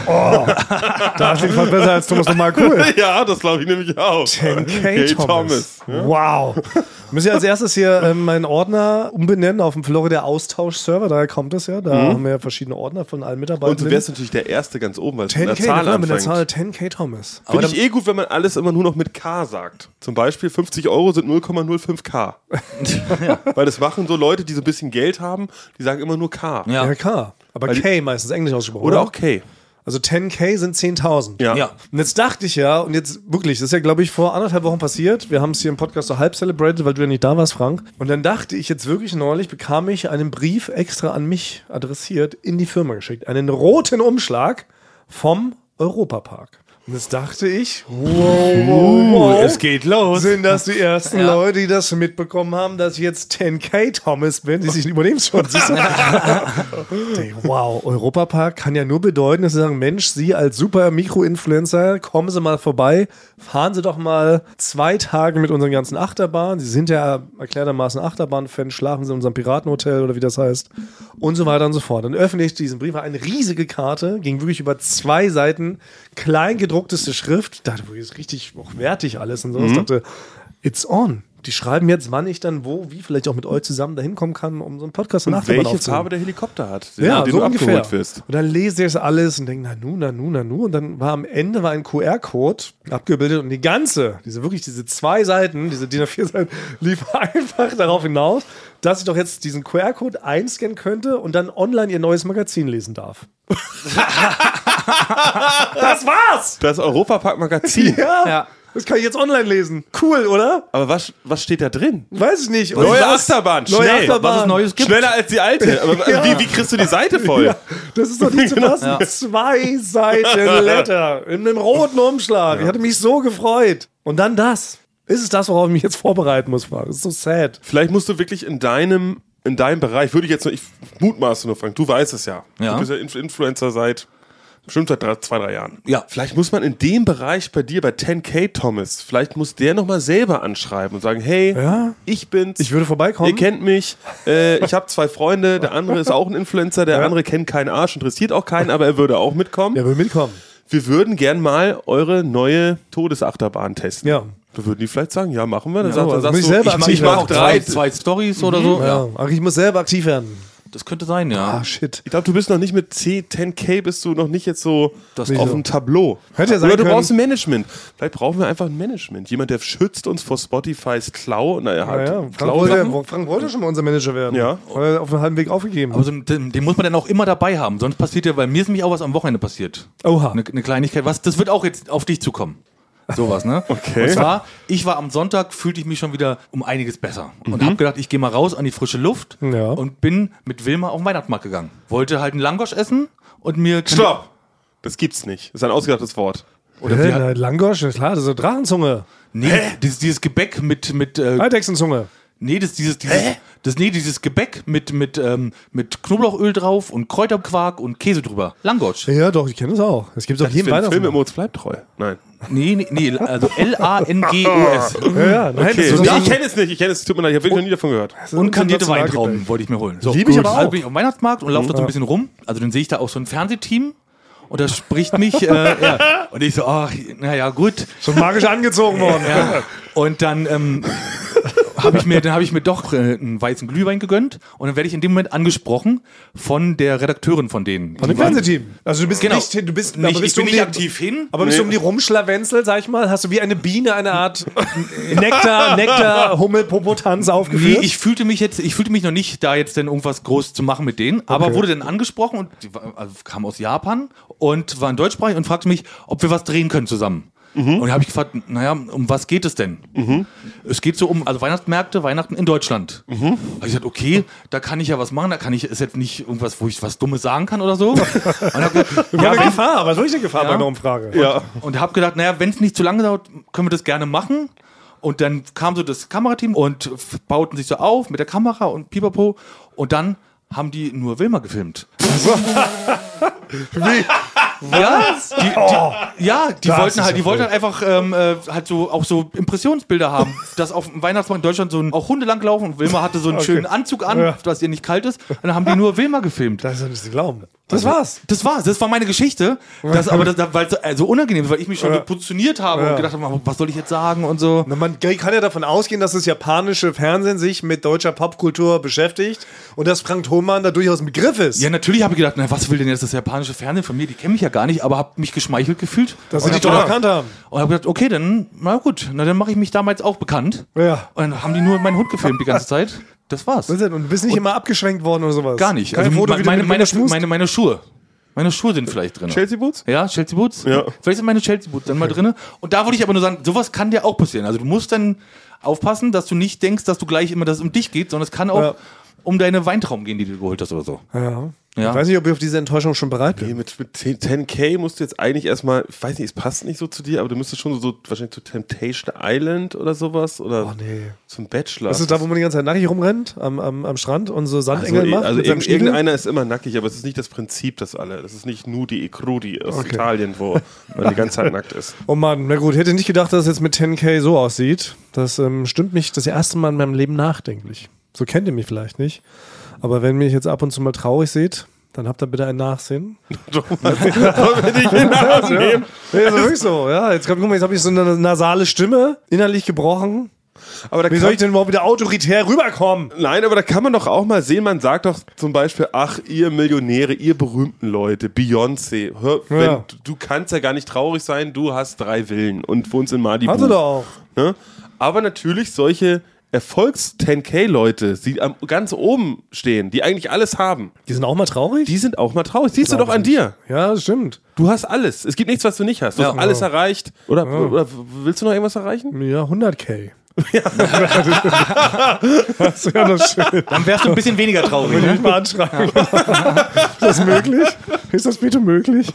S2: Da klingt man besser als Thomas nochmal cool.
S3: ja, das glaube ich nämlich auch.
S2: 10K Thomas. Wow. Müssen wir als erstes hier ähm, meinen Ordner umbenennen auf dem Florida Austausch Server. Daher kommt es ja. Da haben wir ja verschiedene Ordner von allen
S3: Mhm. Und
S2: Mitarbeitern.
S3: du wärst natürlich der Erste ganz oben, weil es mit einer
S2: 10K,
S3: Zahl
S2: ja, mit der Zahl
S3: anfängt.
S2: 10K Thomas.
S3: Finde ich eh gut, wenn man alles immer nur noch mit K sagt. Zum Beispiel 50 Euro sind 0,05K. Weil das machen so Leute, die so ein bisschen Geld haben, die sagen immer nur K.
S1: Ja.
S2: Ja, K. Aber K meistens englisch ausgesprochen.
S3: Oder auch K.
S2: Also 10K sind 10.000.
S3: Ja.
S1: Ja.
S2: Und jetzt dachte ich ja, und jetzt wirklich, das ist ja, glaube ich, vor anderthalb Wochen passiert. Wir haben es hier im Podcast so halb celebrated, weil du ja nicht da warst, Frank. Und dann dachte ich jetzt wirklich neulich, bekam ich einen Brief extra an mich adressiert, in die Firma geschickt. Einen roten Umschlag vom Europapark. Und jetzt dachte ich, wow, wow, wow,
S1: geht los.
S2: sind das die ersten
S1: Ja.
S2: Leute, die das mitbekommen haben, dass ich jetzt 10K Thomas bin, die sich übernehmen schon. siehst du? Denk, wow, Europapark kann ja nur bedeuten, dass sie sagen, Mensch, Sie als super Mikroinfluencer, kommen Sie mal vorbei, fahren Sie doch mal zwei Tage mit unseren ganzen Achterbahnen. Sie sind ja erklärtermaßen Achterbahn-Fan, schlafen Sie in unserem Piratenhotel oder wie das heißt und so weiter und so fort. Dann öffne ich diesen Brief, war eine riesige Karte, ging wirklich über zwei Seiten, klein gedruckteste Schrift, dachte, wirklich, ist richtig auch wertig alles und so.
S3: Mhm.
S2: Ich dachte, it's on. Die schreiben jetzt, wann ich dann wo, wie vielleicht auch mit euch zusammen dahin kommen kann, um so einen Podcast und Achterbahn
S3: Welche
S2: aufzunehmen.
S3: Farbe der Helikopter hat, den-
S2: Ja,
S3: den
S2: so
S3: du
S2: ungefähr.
S3: abgeholt wirst.
S2: Und dann lese ich das alles und denke, na nu, na nu, na nu. Und dann war am Ende war ein QR-Code abgebildet und die ganze, diese wirklich diese zwei Seiten, diese DIN A4 Seiten, lief einfach darauf hinaus, dass ich doch jetzt diesen QR-Code einscannen könnte und dann online ihr neues Magazin lesen darf. das war's!
S3: Das Europapark-Magazin.
S2: Ja,
S1: Ja.
S2: das kann ich jetzt online lesen. Cool, oder?
S3: Aber was, was steht da drin?
S2: Weiß ich nicht. Und
S3: Neue
S2: was-
S3: Achterbahn,
S2: neue
S3: schnell.
S2: Achterbahn.
S1: Was es Neues gibt.
S3: Schneller als die alte. Aber
S2: Ja.
S3: wie, wie kriegst du die Seite voll?
S2: Ja, das ist doch nicht zu fassen. Zwei Seiten Letter in einem roten Umschlag. Ich hatte mich so gefreut. Und dann das. Ist es das, worauf ich mich jetzt vorbereiten muss, Frank? Das ist so sad.
S3: Vielleicht musst du wirklich in deinem, in deinem Bereich, würde ich jetzt nur, ich mutmaße nur, Frank, du weißt es ja.
S1: Ja.
S3: Du bist ja Inf Influencer seit, bestimmt seit drei, zwei, drei Jahren.
S1: Ja.
S3: Vielleicht muss man in dem Bereich bei dir, bei 10K Thomas, vielleicht muss der nochmal selber anschreiben und sagen, hey,
S2: Ja.
S3: ich bin's.
S2: Ich würde vorbeikommen.
S3: Ihr kennt mich. Äh, ich habe zwei Freunde. Der andere ist auch ein Influencer. Der andere kennt keinen Arsch, interessiert auch keinen, aber er würde auch mitkommen.
S2: Wer will mitkommen?
S3: Wir würden gern mal eure neue Todesachterbahn testen.
S2: Ja.
S3: Da würden die vielleicht sagen, ja, machen wir. Dann, sagt,
S2: aber
S3: dann
S2: das muss
S3: sagst
S2: ich
S3: du,
S2: selber
S3: ich,
S1: Ich
S3: mach-
S2: aktiv
S3: ich
S1: mache
S3: mach
S1: auch drei,
S2: Mhm.
S3: drei,
S1: zwei Stories oder so.
S2: Ja. Ach, ich muss selber aktiv werden.
S1: Das könnte sein, ja.
S2: Ah, shit.
S3: Ich glaube, du bist noch nicht mit C, 10K bist du noch nicht jetzt so
S1: Das
S3: auf
S1: so.
S3: dem Tableau.
S2: Hätte ja sein
S3: Oder du
S2: können.
S3: brauchst ein Management. Vielleicht brauchen wir einfach ein Management. Jemand, der schützt uns vor Spotifys Klau. Naja, halt.
S2: Naja, Ah, Frank
S3: Klau
S2: wollte, Frank wollte schon mal unser Manager werden.
S3: Ja.
S2: Hat er auf dem halben Weg aufgegeben.
S1: Aber so, einen- den, den muss man dann auch immer dabei haben. Sonst passiert ja, bei mir ist nämlich auch was am Wochenende passiert.
S2: Oha.
S1: Eine, eine Kleinigkeit. Was, das wird auch jetzt auf dich zukommen. Sowas, ne?
S3: Okay.
S1: Und zwar, ich war am Sonntag, fühlte ich mich schon wieder um einiges besser. Und
S3: Mhm.
S1: habe gedacht, ich gehe mal raus an die frische Luft
S2: Ja.
S1: und bin mit Wilma auf den Weihnachtsmarkt gegangen. Wollte halt einen Langosch essen und mir.
S3: Stopp! Das gibt's nicht. Das ist ein ausgedachtes Wort.
S1: Oder
S2: Hä,
S1: wie,
S2: na, Langosch, na klar, das ist so Drachenzunge.
S1: nee, dieses, dieses Gebäck mit. mit äh,
S2: Eidechsenzunge.
S1: Nee, das dieses, dieses, das, nee, dieses Gebäck mit, mit, ähm, mit Knoblauchöl drauf und Kräuterquark und Käse drüber. Langosch.
S2: Ja, doch, ich kenne das auch. Es gibt es auf jedem
S3: Für den Film
S2: Weihnachtsmarkt.
S3: im Mods bleibt treu. Nein.
S1: Nee, nee, nee, also L-A-N-G-O-S.
S2: Ja, ja, nein,
S3: Okay.
S2: das ist
S1: Ja,
S3: ich kenne es nicht. Ich kenne es. Tut mir leid. Ich habe wirklich noch nie davon gehört.
S1: Unkandierte
S2: international
S1: Weintrauben
S2: Gebäck.
S1: wollte ich mir holen. So,
S2: Lieb ich
S1: gut.
S2: aber auch.
S1: Also bin ich am Weihnachtsmarkt und laufe da so ein bisschen rum. Also dann sehe ich da auch so ein Fernsehteam und da spricht mich äh, ja. und ich so, ach, naja, gut.
S2: schon magisch angezogen worden.
S1: Ja. Und dann ähm, habe ich mir, dann habe ich mir doch äh, einen weißen Glühwein gegönnt und dann werde ich in dem Moment angesprochen von der Redakteurin von denen.
S2: Von dem Fernsehteam. Also du bist
S1: Genau.
S2: nicht, du bist,
S1: Nicht-
S2: aber bist
S1: ich bin
S2: du um
S1: nicht
S2: die-
S1: aktiv hin.
S2: Aber bist du um die Rumschlawenzel, sag ich mal, hast du wie eine Biene eine Art Nektar, Nektar, Hummel, Popotanz
S1: Nee,
S2: aufgeführt?
S1: ich fühlte mich jetzt, ich fühlte mich noch nicht da jetzt denn irgendwas groß zu machen mit denen, aber wurde dann angesprochen und die war, also kam aus Japan und war in deutschsprachig und fragte mich, ob wir was drehen können zusammen. Und da habe ich gefragt, naja, um was geht es denn? Es geht so um, also Weihnachtsmärkte, Weihnachten in Deutschland. Mhm. ich gesagt, okay, da kann ich ja was machen, da kann ich, ist jetzt nicht irgendwas, wo ich was Dummes sagen kann oder so. und hab gesagt, ja, wenn,
S2: Gefahr, was soll ich denn Gefahr
S1: Ja.
S2: Umfrage?
S3: Ja.
S1: und habe gedacht, naja, wenn es nicht zu lange dauert, können wir das gerne machen. Und dann kam so das Kamerateam und f- bauten sich so auf mit der Kamera und pipapo. Und dann haben die nur Wilma gefilmt. Ja, die, die, ja, die
S2: Oh. Das
S1: wollten
S2: ist
S1: halt,
S2: ja
S1: die wollten halt einfach ähm, äh, halt so auch so Impressionsbilder haben, dass auf dem Weihnachtsmarkt in Deutschland so ein, auch Hunde langlaufen und Wilma hatte so einen schönen Anzug an,
S2: Ja.
S1: dass ihr nicht kalt ist. Und dann haben die nur Wilma gefilmt.
S2: Das ist ja nicht zu glauben. Also, Das war's.
S1: Das war's, das war meine Geschichte. Das, aber das, weil es so also unangenehm ist, weil ich mich schon
S2: Ja.
S1: so positioniert habe
S2: Ja.
S1: und gedacht habe, was soll ich jetzt sagen und so.
S2: Na, Man kann ja davon ausgehen, dass das japanische Fernsehen sich mit deutscher Popkultur beschäftigt und dass Frank Thoman da durchaus ein Begriff ist.
S1: Ja, natürlich habe ich gedacht, na, was will denn jetzt das japanische Fernsehen von mir? Die kennen mich ja gar nicht, aber habe mich geschmeichelt gefühlt.
S2: Dass
S1: Und
S2: sie dich
S1: hab
S2: doch
S1: gedacht-
S2: erkannt haben.
S1: Und habe gedacht, okay, dann, na gut, na dann mache ich mich damals auch bekannt.
S2: Ja.
S1: Und dann haben die nur meinen Hund gefilmt die ganze Zeit. Das war's.
S2: Was ist denn? Und du bist nicht immer abgeschwenkt worden oder sowas?
S1: Gar nicht.
S2: Kein
S1: Also
S2: Foto,
S1: me-
S2: wie du
S1: meine,
S2: mit
S1: meine,
S2: Menschen musst?
S1: meine, meine Schuhe. Meine Schuhe sind vielleicht drin.
S3: Chelsea Boots?
S1: Ja, Chelsea Boots.
S3: Ja.
S1: Vielleicht sind meine Chelsea Boots dann mal drin. Und da würde ich aber nur sagen, sowas kann dir auch passieren. Also du musst dann aufpassen, dass du nicht denkst, dass du gleich immer das um dich geht, sondern es kann auch
S2: Ja.
S1: um deine Weintrauben gehen, die du geholt hast oder so.
S2: Ja.
S1: Ja.
S2: Ich weiß nicht, ob ich auf diese Enttäuschung schon bereit bin.
S3: Nee, mit, mit 10, 10K musst du jetzt eigentlich erstmal, ich weiß nicht, es passt nicht so zu dir, aber du müsstest schon so, so wahrscheinlich zu Temptation Island oder sowas oder
S2: Oh, nee.
S3: zum Bachelor.
S2: Das ist da, wo man die ganze Zeit nackig rumrennt, am, am, am Strand und so
S3: also,
S2: Sandengel
S3: eh-
S2: macht.
S3: also
S2: mit seinem
S3: irg-
S2: Stiefel?
S3: irgendeiner ist immer nackig, aber es ist nicht das Prinzip, das alle. Das ist nicht Nudi e Crudi aus
S2: Okay.
S3: Italien, wo man die ganze Zeit nackt ist.
S2: Oh Mann, na gut, hätte nicht gedacht, dass es jetzt mit 10K so aussieht. Das ähm, stimmt mich das erste Mal in meinem Leben nachdenklich. So kennt ihr mich vielleicht nicht. Aber wenn ihr mich jetzt ab und zu mal traurig seht, dann habt ihr bitte ein Nachsehen.
S3: Sollen wir dich in den Arm nehmen?
S2: Ja, das ist wirklich so, ja. Jetzt, guck mal, jetzt habe ich so eine nasale Stimme, innerlich gebrochen.
S3: Aber da
S2: Wie
S3: kann-
S2: soll ich denn überhaupt wieder autoritär rüberkommen?
S3: Nein, aber da kann man doch auch mal sehen, man sagt doch zum Beispiel, ach, ihr Millionäre, ihr berühmten Leute, Beyoncé, hör, wenn,
S2: Ja.
S3: du, du kannst ja gar nicht traurig sein, du hast drei Villen und wohnst in Malibu.
S2: Hatte doch auch.
S3: Ne? Aber natürlich solche Erfolgs-10K-Leute, die am, ganz oben stehen, die eigentlich alles haben,
S2: Die sind auch mal traurig?
S3: die sind auch mal traurig. Siehst du doch
S2: Glaub
S3: an
S2: ich nicht.
S3: dir.
S2: ja, das stimmt.
S3: Du hast alles. Es gibt nichts, was du nicht hast. Du hast alles erreicht. Oder, oder willst du noch irgendwas erreichen?
S2: Ja, 100K. Ja. das wäre doch schön.
S1: Dann wärst du ein bisschen weniger traurig.
S2: Würde ich mal anschreiben. Ist das möglich? Ist das bitte möglich?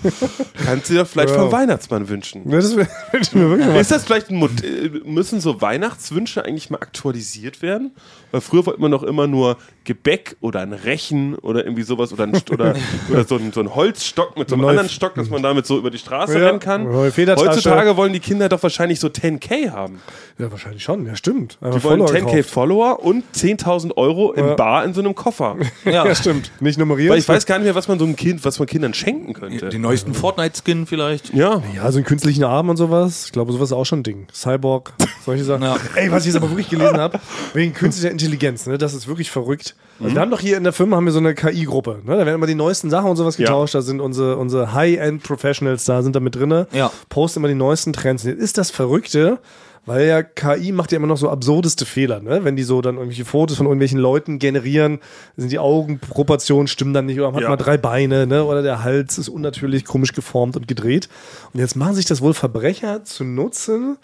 S3: Kannst du dir doch vielleicht
S2: Ja.
S3: vom Weihnachtsmann wünschen.
S2: Ja, das wär- würde ich mir wirklich mal.
S3: Ist das vielleicht ein Mod äh, Müssen so Weihnachtswünsche eigentlich mal aktualisiert werden? Weil früher wollte man doch immer nur Gebäck oder ein Rechen oder irgendwie sowas oder, ein, St- oder, oder so, ein, so ein Holzstock mit so einem
S2: Neu-
S3: anderen Stock, dass man damit so über die Straße
S2: Ja,
S3: rennen kann.
S2: neue Federtasche.
S3: Heutzutage wollen die Kinder doch wahrscheinlich so 10k haben.
S2: Ja, wahrscheinlich schon. Ja, stimmt.
S3: Die wollen 10k Follower und 10.000 Euro im Bar in so einem Koffer.
S2: Ja. stimmt. Nicht nummeriert.
S3: Weil ich weiß gar nicht mehr, was man so einem Kind, was man Kindern schenken könnte.
S1: ne? Den neuesten Fortnite-Skin vielleicht.
S3: Ja.
S2: ja, so einen künstlichen Arm und sowas. Ich glaube, sowas ist auch schon ein Ding. Cyborg, solche Sachen.
S1: Ja.
S2: Ey, was ich jetzt aber wirklich gelesen habe, wegen künstlicher Intelligenz, ne? Das ist wirklich verrückt. Welt. Also wir haben doch hier in der Firma haben wir so eine KI-Gruppe. Ne? Da werden immer die neuesten Sachen und sowas
S3: Ja.
S2: getauscht. Da sind unsere, unsere High-End-Professionals da, sind da mit drin.
S1: Ja.
S2: Posten immer die neuesten Trends. Und jetzt ist das Verrückte, weil ja KI macht ja immer noch so absurdeste Fehler. Ne? Wenn die so dann irgendwelche Fotos von irgendwelchen Leuten generieren, sind die Augenproportionen stimmen dann nicht. Oder man
S3: Ja.
S2: hat mal drei Beine ne? oder der Hals ist unnatürlich komisch geformt und gedreht. Und jetzt machen sich das wohl Verbrecher zu nutzen,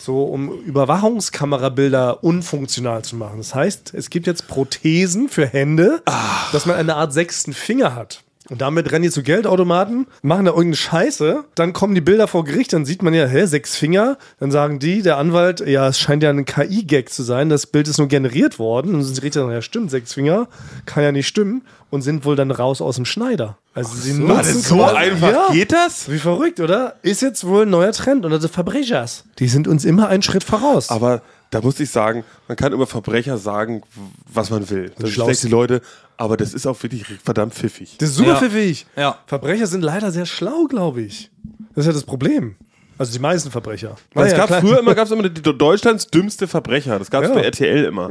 S2: so um Überwachungskamerabilder unfunktional zu machen. Das heißt, es gibt jetzt Prothesen für Hände, dass man eine Art sechsten Finger hat. Und damit rennen die zu Geldautomaten, machen da irgendeine Scheiße, dann kommen die Bilder vor Gericht, dann sieht man ja, hä, sechs Finger, dann sagen die, der Anwalt, ja, es scheint ja ein KI-Gag zu sein, das Bild ist nur generiert worden. Und die Richter sagen, ja, stimmt, sechs Finger, kann ja nicht stimmen und sind wohl dann raus aus dem Schneider. Also sie nutzen quasi- Ja.
S3: Geht das?
S2: Wie verrückt, oder? Ist jetzt wohl ein neuer Trend unter den Verbrechers. Die sind uns immer einen Schritt voraus.
S3: Aber da muss ich sagen, man kann über Verbrecher sagen, was man will. Das
S2: Schlau-
S3: schlägt die Leute, aber das ist auch wirklich verdammt pfiffig.
S2: das ist super
S1: Ja.
S2: pfiffig.
S1: Ja.
S2: Verbrecher sind leider sehr schlau, glaube ich. Das ist ja das Problem. Also die meisten Verbrecher.
S3: Weil es
S2: Naja,
S3: gab
S2: klar.
S3: früher immer, gab's immer die, die Deutschlands dümmste Verbrecher. Das gab es
S2: Ja.
S3: bei RTL immer.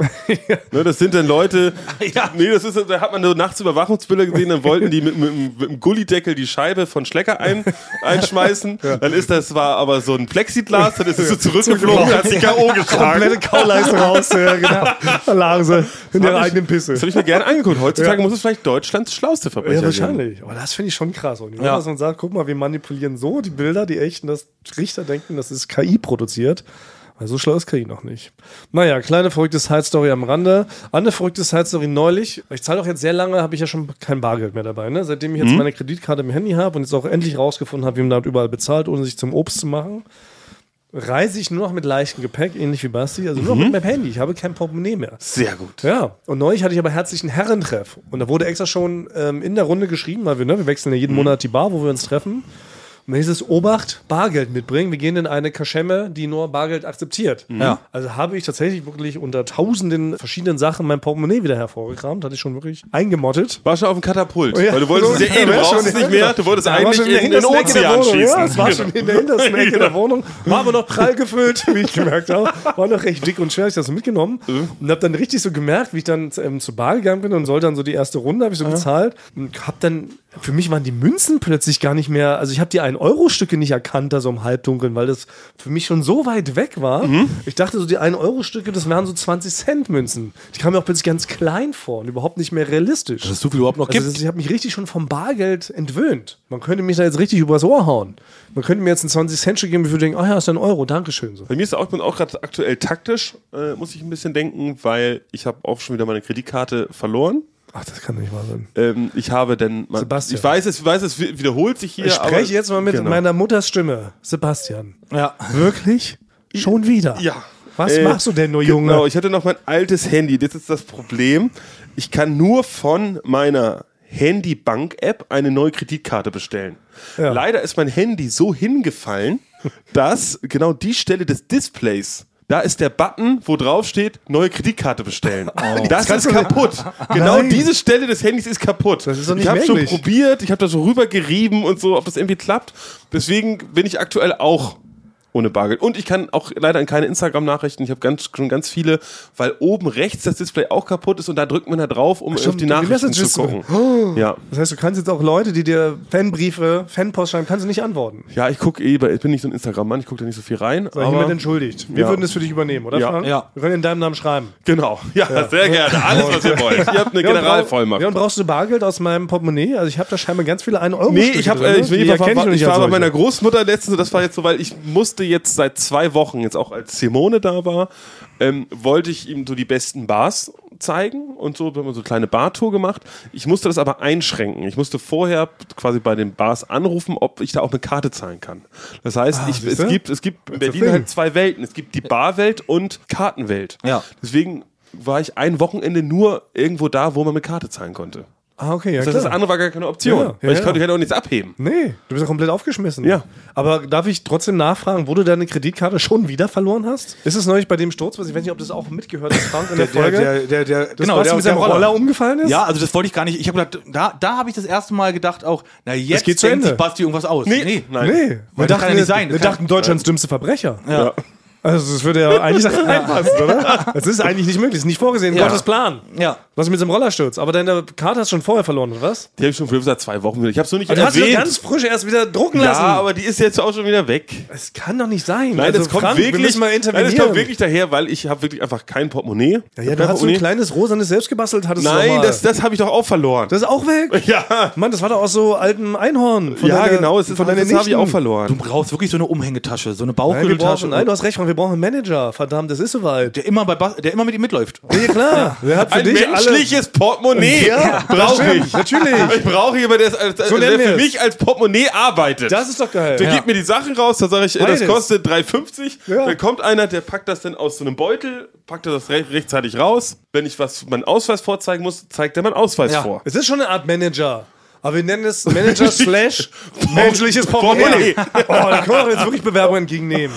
S3: ne, das sind dann Leute,
S1: Ja.
S3: nee, das ist, da hat man so nachts Überwachungsbilder gesehen, dann wollten die mit, mit, mit dem Gullideckel die Scheibe von Schlecker ein, einschmeißen. Dann ist das, war aber so ein Plexiglas, dann ist es so zurückgeflogen, hat sich K.O. geschlagen.
S2: Komplette Kauleiste raus. Ja, genau. Da lagen sie in ihrer
S3: ich-
S2: eigenen Pisse.
S3: Das habe ich mir gerne angeguckt. Heutzutage
S2: Ja.
S3: muss es vielleicht Deutschlands schlauste Verbrecher
S2: Ja,
S3: sein.
S2: wahrscheinlich. Aber das finde ich schon krass. Und ja. man sagt, guck mal, wir manipulieren so die Bilder, die echten, dass Richter denken, das ist KI produziert. Weil so schlau ist KI noch nicht. Naja, kleine verrückte Side-Story am Rande. Andere verrückte Side-Story neulich. Ich zahle doch jetzt sehr lange, habe ich ja schon kein Bargeld mehr dabei. Ne? Seitdem ich jetzt meine Kreditkarte im Handy habe und jetzt auch endlich rausgefunden habe, wie man damit überall bezahlt, ohne sich zum Obst zu machen, reise ich nur noch mit leichtem Gepäck, ähnlich wie Basti. Also nur noch mit meinem Handy. Ich habe kein Portemonnaie mehr.
S3: Sehr gut.
S2: Ja, und neulich hatte ich aber herzlichen Herrentreff. Und da wurde extra schon ähm, in der Runde geschrieben, weil wir, ne, wir wechseln ja jeden Monat die Bar, wo wir uns treffen. Und dann hieß es, Obacht, Bargeld mitbringen. Wir gehen in eine Kaschemme, die nur Bargeld akzeptiert.
S1: Ja.
S2: Also habe ich tatsächlich wirklich unter tausenden verschiedenen Sachen mein Portemonnaie wieder hervorgekramt. Hatte ich schon wirklich eingemottet.
S3: War schon auf dem Katapult.
S2: Oh ja.
S3: Weil du wolltest
S2: So,
S3: es ja eh, du
S2: war
S3: brauchst
S2: schon
S3: es
S2: in
S3: nicht
S2: der-
S3: mehr. Du wolltest
S2: Da war
S3: eigentlich
S2: schon
S3: in,
S2: in der
S3: in den
S2: hintersten Ecke der
S3: Ozean
S2: Wohnung.
S3: schießen. Genau.
S2: Ja, es war schon in der hintersten Ecke der Wohnung. War aber noch prall gefüllt, wie ich gemerkt habe. War noch recht dick und schwer. Ich habe das so mitgenommen.
S3: Mhm.
S2: Und habe dann richtig so gemerkt, wie ich dann ähm, zur Bar gegangen bin und sollte dann so die erste Runde, habe ich so bezahlt. Und habe dann, für mich waren die Münzen plötzlich gar nicht mehr, also ich habe die 1-Euro-Stücke nicht erkannt, da so im Halbdunkeln, weil das für mich schon so weit weg war.
S3: Mhm.
S2: Ich dachte so, die 1-Euro-Stücke, das wären so 20-Cent-Münzen. Die kamen mir auch plötzlich ganz klein vor und überhaupt nicht mehr realistisch.
S1: Dass es so viel überhaupt noch
S2: Also
S1: gibt.
S2: das, ich habe mich richtig schon vom Bargeld entwöhnt. Man könnte mich da jetzt richtig übers Ohr hauen. Man könnte mir jetzt einen 20 Cent Stück geben, ich würde denken, ah ja, ist ja ein Euro, Dankeschön. So.
S3: Bei mir ist auch, ich bin auch gerade aktuell taktisch, äh, muss ich ein bisschen denken, weil ich habe auch schon wieder meine Kreditkarte verloren.
S2: Ach, das kann doch nicht wahr sein.
S3: Ähm, ich habe dann, man,
S2: Sebastian.
S3: ich weiß es, ich weiß es wi- wiederholt sich hier.
S2: Ich spreche jetzt mal mit
S3: Genau.
S2: meiner Mutters Stimme, Sebastian.
S1: Ja.
S2: Wirklich? Schon wieder?
S3: Ja.
S2: Was
S3: Äh,
S2: machst du denn nur, Junge?
S3: Genau, ich hatte noch mein altes Handy. Das ist das Problem. Ich kann nur von meiner Handy-Bank-App eine neue Kreditkarte bestellen.
S2: Ja.
S3: Leider ist mein Handy so hingefallen, dass genau die Stelle des Displays, da ist der Button, wo drauf steht, neue Kreditkarte bestellen.
S2: Oh.
S3: Das ist kaputt. Genau
S2: Nein.
S3: diese Stelle des Handys ist kaputt.
S2: Das ist doch
S3: ich
S2: nicht
S3: habe schon
S2: möglich.
S3: probiert, ich habe da so rübergerieben und so, ob das irgendwie klappt. Deswegen bin ich aktuell auch ohne Bargeld. Und ich kann auch leider an keine Instagram-Nachrichten. Ich habe ganz, schon ganz viele, weil oben rechts das Display auch kaputt ist und da drückt man da drauf, um auf
S2: stimmt,
S3: die
S2: um die
S3: Nachrichten zu
S2: Messages zu
S3: gucken. Ja.
S2: Das heißt, du kannst jetzt auch Leute, die dir Fanbriefe, Fanpost schreiben, kannst du nicht antworten.
S3: ja, ich gucke eh, bei- ich bin nicht so ein Instagram-Mann, ich gucke da nicht so viel rein.
S2: Sei
S3: aber
S2: hiermit entschuldigt. Wir
S3: Ja.
S2: würden das für dich übernehmen, oder
S3: Ja.
S2: Frank?
S1: Ja.
S2: Wir können in deinem Namen schreiben.
S3: genau, ja, sehr gerne. Alles, was ihr wollt. Ihr habt eine
S2: Ja, und brau-
S3: Generalvollmacht.
S2: Ja, und brauchst du Bargeld aus meinem Portemonnaie? Also ich habe da scheinbar ganz viele 1 euro ne?
S3: Nee, ich, hab, äh, ich, ich, war, war, ich war bei meiner
S2: Gruppe.
S3: Großmutter letztens, und das war jetzt so, weil ich musste jetzt seit zwei Wochen, jetzt auch als Simone da war, ähm, wollte ich ihm so die besten Bars zeigen und so, wir haben so eine kleine Bartour gemacht. Ich musste das aber einschränken. Ich musste vorher quasi bei den Bars anrufen, ob ich da auch eine Karte zahlen kann. Das heißt, ich, es
S2: siehste?
S3: gibt, es gibt in
S2: That's a
S3: Berlin
S2: thing.
S3: halt zwei Welten. Es gibt die
S2: Äh.
S3: Barwelt und Kartenwelt.
S1: Ja.
S3: Deswegen war ich ein Wochenende nur irgendwo da, wo man mit Karte zahlen konnte.
S2: Ah, okay, ja
S1: Also
S3: Das, heißt, das
S2: klar.
S3: andere war gar keine Option.
S2: Ja, ja,
S3: weil ich,
S2: ja.
S3: konnte, ich hätte auch nichts abheben.
S2: Nee, du bist ja komplett aufgeschmissen.
S3: Ja.
S2: Aber darf ich trotzdem nachfragen, wo du deine Kreditkarte schon wieder verloren hast? Ist es neulich bei dem Sturz, was ich weiß nicht, ob das auch mitgehört hast, Frank, in der, Folge?
S1: der, der,
S2: dass
S1: genau,
S2: Basti
S1: der
S2: mit seinem Roller, um- umgefallen ist?
S1: Ja, also das wollte ich gar nicht. Ich habe gedacht, da, da habe ich das erste Mal gedacht auch, na jetzt
S2: geht zu
S1: denkt
S2: Ende.
S1: sich Basti irgendwas aus.
S3: Nee, nein.
S2: Nee, wir
S1: das
S2: dachten,
S1: kann ja nicht sein.
S2: wir
S1: Das kann-
S2: dachten Deutschlands dümmste Verbrecher.
S1: Ja.
S2: Also das würde ja eigentlich reinpassen, oder? Das ist eigentlich nicht möglich, das ist nicht vorgesehen,
S1: Ja.
S2: Gottes Plan.
S1: Ja.
S2: Was mit dem Rollersturz? Aber deine Karte hast du schon vorher verloren, oder was?
S3: Die habe ich schon früher seit zwei Wochen wieder. Ich habe es nur nicht
S2: Du hast sie doch
S3: erwähnt.
S2: ganz frisch erst wieder drucken
S3: ja,
S2: lassen.
S3: aber die ist jetzt auch schon wieder weg.
S2: es kann doch nicht sein.
S3: Nein,
S2: Also,
S3: das kommt
S2: Frank, Also Wir
S3: wirklich.
S2: müssen mal
S3: nein,
S2: intervenieren.
S3: das kommt wirklich daher, weil ich habe wirklich einfach kein Portemonnaie.
S2: Ja, ja,
S3: Ich hab
S2: du
S3: kein
S2: hast so ein
S3: Portemonnaie.
S2: kleines rosanes selbst gebastelt, hattest du
S3: Nein,
S2: doch mal.
S3: das, das habe ich doch auch verloren.
S2: das ist auch weg.
S3: ja.
S2: Mann, das war doch aus so altem Einhorn. Von
S3: ja,
S2: deiner-
S3: genau, es ist,
S2: von deiner
S3: das habe ich
S2: Nichten.
S3: auch
S1: Du
S3: verloren.
S1: brauchst wirklich so eine Umhängetasche, so eine
S2: Nein, wir brauchen,
S1: Bauchgürteltasche.
S2: nein, du hast recht, Frank, wir brauchen einen Manager. Verdammt, das ist soweit.
S1: der immer, bei Bas der immer mit ihm mitläuft.
S2: Ja, klar. Wer hat
S3: Ein menschliches Portemonnaie
S2: Ja,
S3: brauche
S2: das stimmt,
S3: ich.
S2: natürlich.
S3: Ich brauche jemanden, der, als- als-
S2: So
S3: der
S2: nennen wir
S3: für
S2: es.
S3: mich als Portemonnaie arbeitet.
S2: Das ist doch geil.
S3: Äh, der
S2: Ja.
S3: gibt mir die Sachen raus, da sage ich, äh, das
S2: Beides.
S3: kostet 3,50.
S2: Ja.
S3: Dann kommt einer, der packt das dann aus so einem Beutel, packt er das re rechtzeitig raus. Wenn ich was, meinen Ausweis vorzeigen muss, zeigt er meinen Ausweis
S1: Ja.
S3: vor.
S2: Es ist schon eine Art Manager. Aber wir nennen es Manager slash menschliches
S3: Portemonnaie.
S2: Portemonnaie. Oh, da können wir doch jetzt wirklich Bewerbungen entgegennehmen.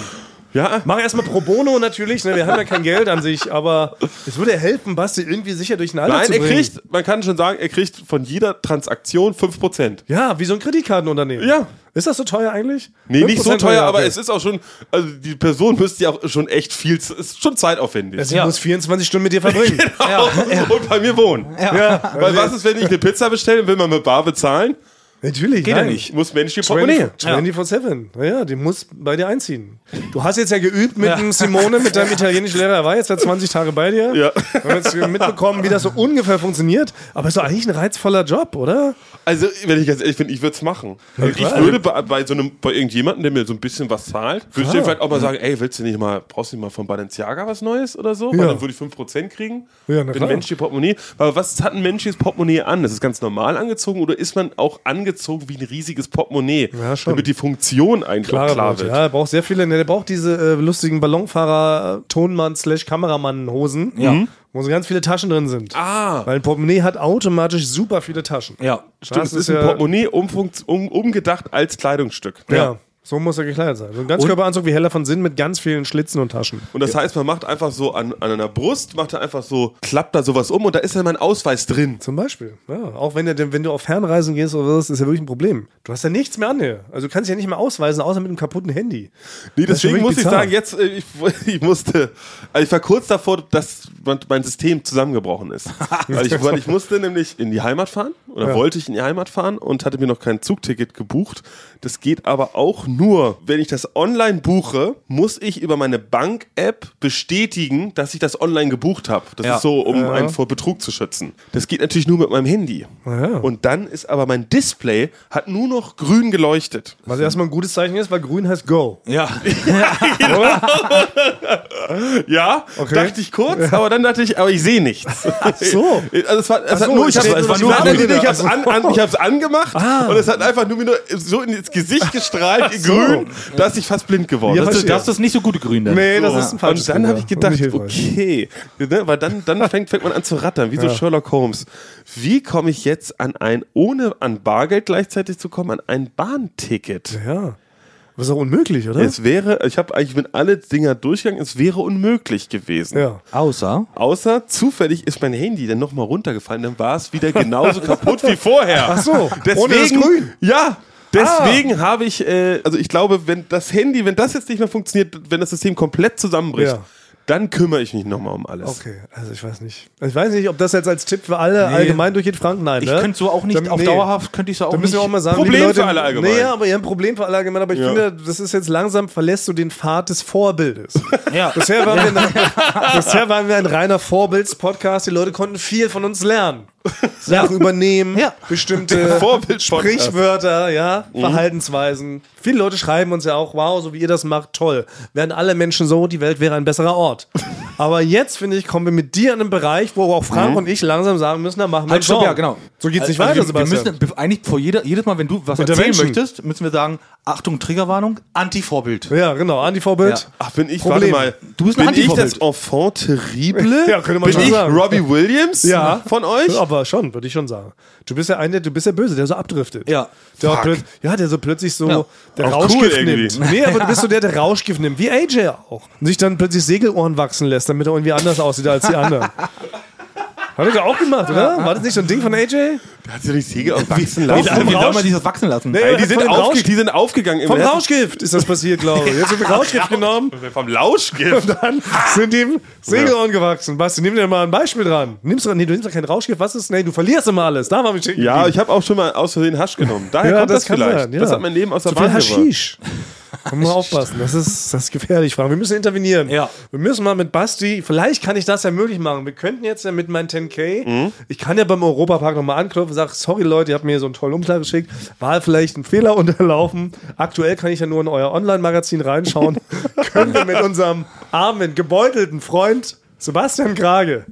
S3: Ja?
S2: Mach erstmal pro bono natürlich, ne? wir haben ja kein Geld an sich, aber es würde helfen, Basti irgendwie sicher durch den Alter
S3: Nein,
S2: zu
S3: er
S2: bringen.
S3: kriegt, man kann schon sagen, er kriegt von jeder Transaktion 5%.
S2: Ja, wie so ein Kreditkartenunternehmen.
S3: Ja.
S2: Ist das so teuer eigentlich?
S3: Nee, nicht so
S2: 5%
S3: teuer,
S2: Jahre.
S3: aber es ist auch schon, also die Person müsste ja auch schon echt viel, es ist schon zeitaufwendig.
S2: Sie
S1: Ja.
S2: Also muss 24 Stunden mit dir verbringen.
S3: Genau. Und bei mir wohnen.
S2: ja.
S3: Weil was ist, wenn ich eine Pizza bestelle und will man mit Bar bezahlen?
S2: Natürlich.
S1: Geht ja
S2: nein.
S1: nicht.
S3: Ich muss menschliche Portemonnaie.
S2: 20 24-7. Ja. ja, die muss bei dir einziehen. Du hast jetzt ja geübt mit dem Simone, mit deinem italienischen Lehrer. Er war jetzt ja 20 Tage bei dir.
S3: Ja.
S2: Wir haben jetzt mitbekommen, wie das so ungefähr funktioniert. Aber ist doch eigentlich ein reizvoller Job, oder?
S3: Also, wenn ich ganz ehrlich bin, ich würde es machen. Also, ich
S2: klar.
S3: würde bei, bei so einem, bei irgendjemandem, der mir so ein bisschen was zahlt, würde ich
S2: Klar.
S3: dem vielleicht auch mal sagen, ey, willst du nicht mal, brauchst du nicht mal von Balenciaga was Neues oder so? Weil
S2: Ja.
S3: dann würde ich 5% kriegen.
S2: Ja, na
S3: Bin
S2: klar.
S3: menschliche Portemonnaie. Aber was hat ein menschliches Portemonnaie an? Ist es ganz normal angezogen oder ist man auch angezogen wie ein riesiges Portemonnaie?
S2: Ja, schon.
S3: Damit die Funktion eigentlich auch klar wird.
S2: Ja, er braucht sehr viele. ne, Der braucht diese äh, lustigen Ballonfahrer-Tonmann-Kameramann-Hosen,
S1: Ja.
S2: wo so ganz viele Taschen drin sind.
S3: Mhm. Ah.
S2: Weil ein Portemonnaie hat automatisch super viele Taschen.
S1: Ja.
S3: Stimmt,
S2: das
S3: es
S2: ist
S3: ist ein
S2: ja-
S3: Portemonnaie umfunkt- um, umgedacht als Kleidungsstück.
S2: Ja. So muss er gekleidet sein. So ein Ganzkörperanzug wie Heller von Sinn mit ganz vielen Schlitzen und Taschen.
S3: Und das heißt, man macht einfach so an, an einer Brust, macht da einfach so, klappt da sowas um und da ist dann mein Ausweis drin.
S2: Zum Beispiel. Ja. Auch wenn, du- wenn du auf Fernreisen gehst oder was, ist ja wirklich ein Problem. Du hast ja nichts mehr an dir. Also du kannst dich ja nicht mehr ausweisen, außer mit einem kaputten Handy.
S3: Nee,
S2: Das ist schon
S3: deswegen muss
S2: wirklich bizarr.
S3: ich sagen, jetzt, äh, ich, ich musste, also ich war kurz davor, dass mein- mein System zusammengebrochen ist. weil, ich, weil ich musste nämlich in die Heimat fahren oder
S2: Ja.
S3: wollte ich in die Heimat fahren und hatte mir noch kein Zugticket gebucht. Das geht aber auch nur, wenn ich das online buche, muss ich über meine Bank-App bestätigen, dass ich das online gebucht habe. Das
S1: Ja.
S3: ist so, um einen vor Betrug zu schützen. Das geht natürlich nur mit meinem Handy.
S2: Ja.
S3: Und dann ist aber mein Display hat nur noch grün geleuchtet.
S2: Was erstmal ein gutes Zeichen ist, weil grün heißt Go.
S1: Ja.
S3: Ja, dachte ich kurz, aber dann dachte ich, aber ich sehe nichts.
S2: so.
S3: Also es war,
S2: so,
S3: es hat nur,
S2: ich
S3: ich habe
S2: dachte,
S3: es
S1: es war
S3: ich
S1: nur
S3: war-
S1: am
S3: nee, nee,
S2: Ende.
S3: ich hab's an, an, ich hab's angemacht und es hat einfach nur mir nur so ins Gesicht gestrahlt, in grün, dass ich fast blind geworden
S2: Ja,
S3: bin.
S1: Das, ist,
S2: verstehe.
S1: das ist nicht so gute Grün dann.
S2: Nee, das
S3: So.
S2: ist ein falsches
S3: Und dann
S2: Signal.
S3: habe ich
S2: Und
S3: gedacht,
S2: nicht hilfreich.
S3: okay, ne, weil dann, dann fängt, fängt man an zu rattern, wie so Sherlock Holmes. Wie komme ich jetzt an ein, ohne an Bargeld gleichzeitig zu kommen, an ein Bahnticket?
S2: Ja. Das ist auch unmöglich, oder?
S3: Es wäre, ich habe eigentlich mit alle Dinger durchgegangen, es wäre unmöglich gewesen.
S2: Ja.
S1: Außer.
S3: Außer zufällig ist mein Handy dann nochmal runtergefallen, dann war es wieder genauso kaputt wie vorher. Ach
S2: so,
S3: deswegen,
S2: ohne das Grün. Ah.
S3: Ja, deswegen habe ich, äh, also ich glaube, wenn das Handy, wenn das jetzt nicht mehr funktioniert, wenn das System komplett zusammenbricht,
S2: Ja.
S3: dann kümmere ich mich nochmal um alles.
S2: Okay, also ich weiß nicht. Ich weiß nicht, ob das jetzt als Tipp für alle allgemein durchgeht, Frank. Nein,
S1: Ich
S2: ne?
S1: könnte so auch nicht,
S2: Dann-
S1: auf
S2: nee.
S1: dauerhaft könnte ich so auch
S2: Da
S1: nicht.
S2: müssen wir auch mal sagen,
S3: Problem
S2: liebe Leute,
S3: für alle allgemein.
S2: Naja, aber ja, ein Problem für alle allgemein. Aber ich
S3: Ja.
S2: finde, das ist jetzt langsam, verlässt du den Pfad des Vorbildes.
S1: Ja.
S2: Bisher waren, wir ein, bisher waren wir ein reiner Vorbilds-Podcast. Die Leute konnten viel von uns lernen. Sachen übernehmen,
S1: Ja. Mhm.
S2: bestimmte
S3: Vorbild
S2: Sprichwörter, ja, Verhaltensweisen. Viele Leute schreiben uns ja auch, wow, so wie ihr das macht, toll. Wären alle Menschen so, die Welt wäre ein besserer Ort. Aber jetzt, finde ich, kommen wir mit dir in einen Bereich, wo auch Frank und ich langsam sagen müssen, da machen wir einen
S1: Mhm. Halt, stopp,
S2: Song.
S1: ja, genau.
S2: So geht's
S1: Also
S2: nicht weiter,
S1: wir, wir
S2: Sebastian.
S1: müssen be- eigentlich vor jeder, jedes Mal, wenn du was erzählen
S2: Intervention.
S1: möchtest, müssen wir sagen, Achtung, Triggerwarnung, Anti-Vorbild.
S2: Ja, genau, Anti-Vorbild.
S1: Ja.
S3: Ach, bin ich,
S2: Problem.
S3: warte mal,
S1: Du bist ein
S3: bin ich das
S1: Antivorbild.
S3: Enfant terrible?
S2: Ja, könnte man
S3: bin
S2: schon
S3: ich
S2: sagen.
S3: Robbie Williams von euch?
S2: Aber schon, würde ich schon sagen. Du bist ja einer, du bist ja böse, der so abdriftet.
S1: Ja.
S2: Der auch
S3: Fuck.
S2: plötz- ja, der so plötzlich so
S1: Ja.
S2: der
S3: Auch
S2: Rauschgift
S3: cool irgendwie.
S2: nimmt. Nee, aber du bist so der, der Rauschgift nimmt, wie AJ auch. Und sich dann plötzlich Segelohren wachsen lässt, damit er irgendwie anders aussieht als die anderen. Hat er doch auch gemacht, oder? War das nicht so ein Ding von AJ?
S3: Hat sie die Säge aufwachsen
S1: Wie, wie
S3: lassen?
S2: Vom
S1: soll
S2: Rausch-
S1: man dieses wachsen lassen?
S2: Nee.
S3: Ey, die, sind
S2: Von dem
S3: aufge-
S2: Rausch-
S3: die sind aufgegangen. im
S2: Vom
S3: ersten-
S2: Rauschgift ist das passiert, glaube ich. Jetzt wird Rauschgift genommen
S3: Vom Lauschgift.
S2: und dann sind ihm Segelohren gewachsen. Basti, nimm dir mal ein Beispiel dran. Nimmst du, nee, du nimmst doch kein Rauschgift. Was ist? Nee, du verlierst immer alles. Da war mich schicken.
S3: Ja, ich habe auch schon mal aus Versehen Hasch genommen. Daher
S2: Ja,
S3: kommt
S2: das
S3: das,
S2: kann
S3: vielleicht.
S2: sein, ja.
S3: Das hat mein Leben aus der
S2: Zu viel
S3: Bahn gebracht.
S2: Haschisch. Muss man aufpassen, das ist, das ist gefährlich, Frank. Wir müssen intervenieren.
S1: Ja.
S2: Wir müssen mal mit Basti, vielleicht kann ich das ja möglich machen. Wir könnten jetzt ja mit meinen 10K,
S3: Mhm.
S2: ich kann ja beim Europapark nochmal anklopfen und sage, sorry Leute, ihr habt mir so einen tollen Umschlag geschickt, war vielleicht ein Fehler unterlaufen. Aktuell kann ich ja nur in euer Online-Magazin reinschauen. Können wir mit unserem armen, gebeutelten Freund Sebastian Krage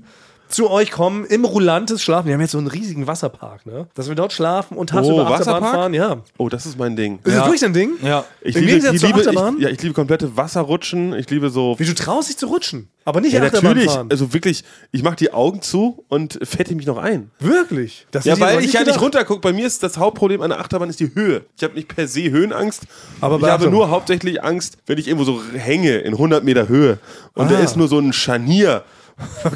S2: zu euch kommen, im Rulantes schlafen. Wir haben jetzt so einen riesigen Wasserpark, ne? Dass wir dort schlafen und tagsüber
S3: Oh,
S2: Achterbahn
S3: Wasserpark?
S2: fahren, ja.
S3: Oh, das ist mein Ding.
S2: Ist
S1: Ja.
S2: das wirklich dein Ding?
S1: Ja.
S3: Ich
S2: Im
S3: liebe,
S2: Gegensatz
S3: ich,
S2: zur
S3: liebe, ich,
S2: Achterbahn?
S3: ja, ich liebe komplette Wasserrutschen. Ich liebe so.
S2: Wie, du traust dich zu rutschen, aber nicht
S3: ja,
S2: Achterbahn
S3: natürlich.
S2: fahren.
S3: Also wirklich, ich mache die Augen zu und fette mich noch ein.
S2: Wirklich? Das
S3: Ja,
S2: hätte
S3: weil
S2: aber
S3: ich ja nicht
S2: gedacht.
S3: runtergucke. Bei mir ist das Hauptproblem an der Achterbahn ist die Höhe. Ich habe nicht per se Höhenangst.
S2: Aber
S3: ich habe
S2: Beachtung.
S3: nur hauptsächlich Angst, wenn ich irgendwo so hänge in 100 Meter Höhe und da
S2: Ah.
S3: ist nur so ein Scharnier,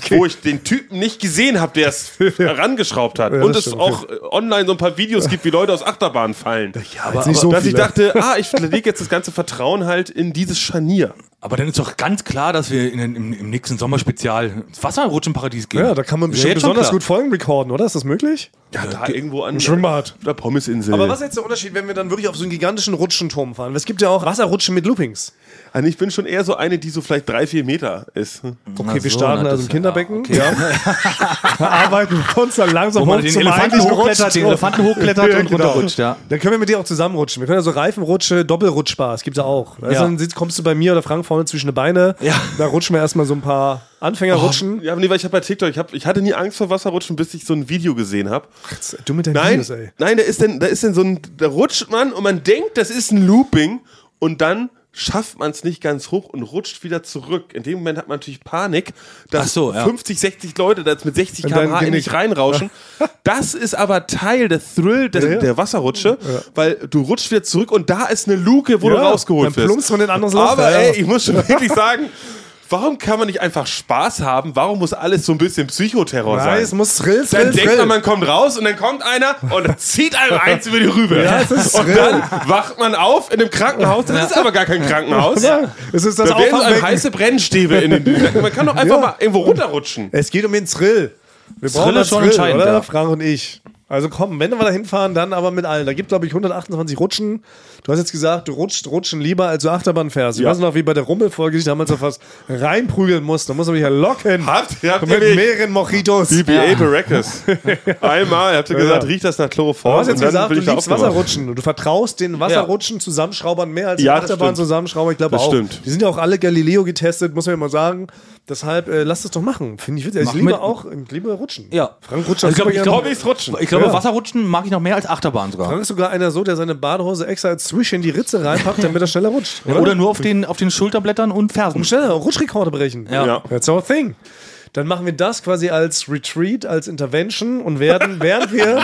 S3: wo ich den Typen nicht gesehen habe, der es herangeschraubt hat. und
S2: das
S3: es
S2: stimmt,
S3: auch äh, online so ein paar Videos gibt, wie Leute aus Achterbahnen fallen.
S2: Ja, aber, nicht so
S3: dass ich
S2: viele.
S3: dachte, ah, ich lege jetzt das ganze Vertrauen halt in dieses Scharnier.
S1: Aber dann ist doch ganz klar, dass wir in, den- im, im nächsten Sommerspezial ins Wasserrutschenparadies gehen.
S2: Ja, da kann man
S1: Ist ja
S2: bestimmt
S1: jetzt schon
S2: besonders
S1: klar.
S2: gut Folgen recorden, oder? Ist das möglich?
S3: Ja, da irgendwo an
S2: Schwimmbad.
S3: der Pommesinsel.
S2: Aber was ist jetzt der Unterschied, wenn wir dann wirklich auf so einen gigantischen Rutschenturm fahren? Es gibt ja auch Wasserrutschen mit Loopings.
S3: Also ich bin schon eher so eine, die so vielleicht drei, vier Meter ist.
S2: Okay,
S1: Na
S2: wir
S1: so,
S2: starten
S1: na, das-
S2: also im Kinderbecken.
S1: ja, okay.
S2: Wir arbeiten uns dann langsam
S1: Wo man
S2: hoch
S1: den
S2: zum
S1: Elefanten
S2: eigentlichen
S1: hochklettert, den
S2: Rutschturm.
S1: Elefanten hochklettert und
S2: genau.
S1: runterrutscht, ja.
S2: Dann können wir mit dir auch zusammenrutschen. Wir können ja so Reifenrutsche, Doppelrutschbar, das gibt's ja auch. Also
S1: Ja.
S2: Dann sitzt- kommst du bei mir oder Frank vorne zwischen die Beine.
S1: Ja. Oh.
S2: Da rutschen wir erstmal so ein paar Anfängerrutschen.
S3: Ja, aber nee, weil ich habe bei TikTok, ich, hab, ich hatte nie Angst vor Wasserrutschen, bis ich so ein Video gesehen habe.
S2: Du mit deinen
S3: Nein,
S2: Videos, ey.
S3: nein, da ist denn, da ist denn so ein, da rutscht man und man denkt, das ist ein Looping und dann schafft man es nicht ganz hoch und rutscht wieder zurück. In dem Moment hat man natürlich Panik,
S1: Ach
S3: dass
S1: so, ja.
S3: 50, 60 Leute da jetzt mit 60
S2: In dein
S3: km/h in
S2: Genick.
S3: dich reinrauschen. Das ist aber Teil der Thrill der,
S2: Ja, ja.
S3: der Wasserrutsche, weil du rutscht wieder zurück und da ist eine Luke, wo du
S2: Ja,
S3: rausgeholt
S2: Dann
S3: wirst.
S2: plumpst man in ein anderes Loch.
S3: Aber
S2: ja.
S3: ey, ich muss schon wirklich sagen, warum kann man nicht einfach Spaß haben? Warum muss alles so ein bisschen Psychoterror
S2: Nein, es
S3: sein?
S2: muss Thrill,
S3: Dann
S2: Thrill,
S3: denkt man,
S2: Thrill.
S3: man kommt raus und dann kommt einer und zieht einem eins über die Rübe.
S2: Ja, es ist
S3: und
S2: Thrill.
S3: dann wacht man auf in einem Krankenhaus. Das ist aber gar kein Krankenhaus. Da
S2: Es ist das
S3: werden einem
S2: Auffangbecken.
S3: heiße Brennstäbe in den Man kann doch einfach
S2: Ja.
S3: mal irgendwo runterrutschen.
S2: Es geht um den Thrill. Wir
S1: Thrill
S2: brauchen
S1: ist
S2: das
S1: schon
S2: Thrill,
S1: entscheidend,
S2: oder?
S1: ja.
S2: Frank und ich. Also komm, wenn wir da hinfahren, dann aber mit allen. Da gibt glaube ich, 128 Rutschen. Du hast jetzt gesagt, du rutscht Rutschen lieber, als du Achterbahn fährst. Ich
S3: Ja.
S2: weiß noch, wie bei der Rummelfolge, die ich damals so fast reinprügeln musste. Da muss man mich ja locken.
S3: Habt ihr, habt ihr
S2: mit
S3: nicht?
S2: mehreren Mojitos. Du
S3: BBA Baracus. Einmal, habt ihr gesagt,
S2: Ja.
S3: riecht das nach Chloroform.
S2: hast jetzt
S3: und dann
S2: gesagt,
S3: bin
S2: du
S3: ich da
S2: liebst
S3: aufgewacht.
S2: Wasserrutschen. Und du vertraust den Wasserrutschen Zusammenschraubern mehr als
S3: Ja,
S2: den
S3: das
S2: Achterbahn
S3: stimmt.
S2: Zusammenschrauber. Ich glaube
S3: Das
S2: auch.
S3: stimmt.
S2: Die sind ja auch alle Galileo getestet, muss man ja mal sagen. Deshalb äh, lass das doch machen. Finde ich witzig. Also Ich
S1: Mach
S2: liebe
S1: mit.
S2: auch, ich liebe Rutschen.
S1: Ja.
S2: Frank rutscht
S1: Also ich
S2: super
S1: glaub, ich
S2: gerne.
S1: glaub,
S3: Hobbys rutschen.
S1: Ich glaube,
S2: Ja.
S1: Wasserrutschen mag ich noch mehr als Achterbahn sogar.
S2: Frank ist sogar einer so, der seine Badehose extra als Zwisch in die Ritze reinpackt, damit er schneller rutscht.
S1: Oder, nur auf den, auf den Schulterblättern und Fersen.
S2: schneller Rutschrekorde brechen.
S1: Ja.
S3: Ja.
S2: That's our thing. Dann machen wir das quasi als Retreat, als Intervention und werden, während wir,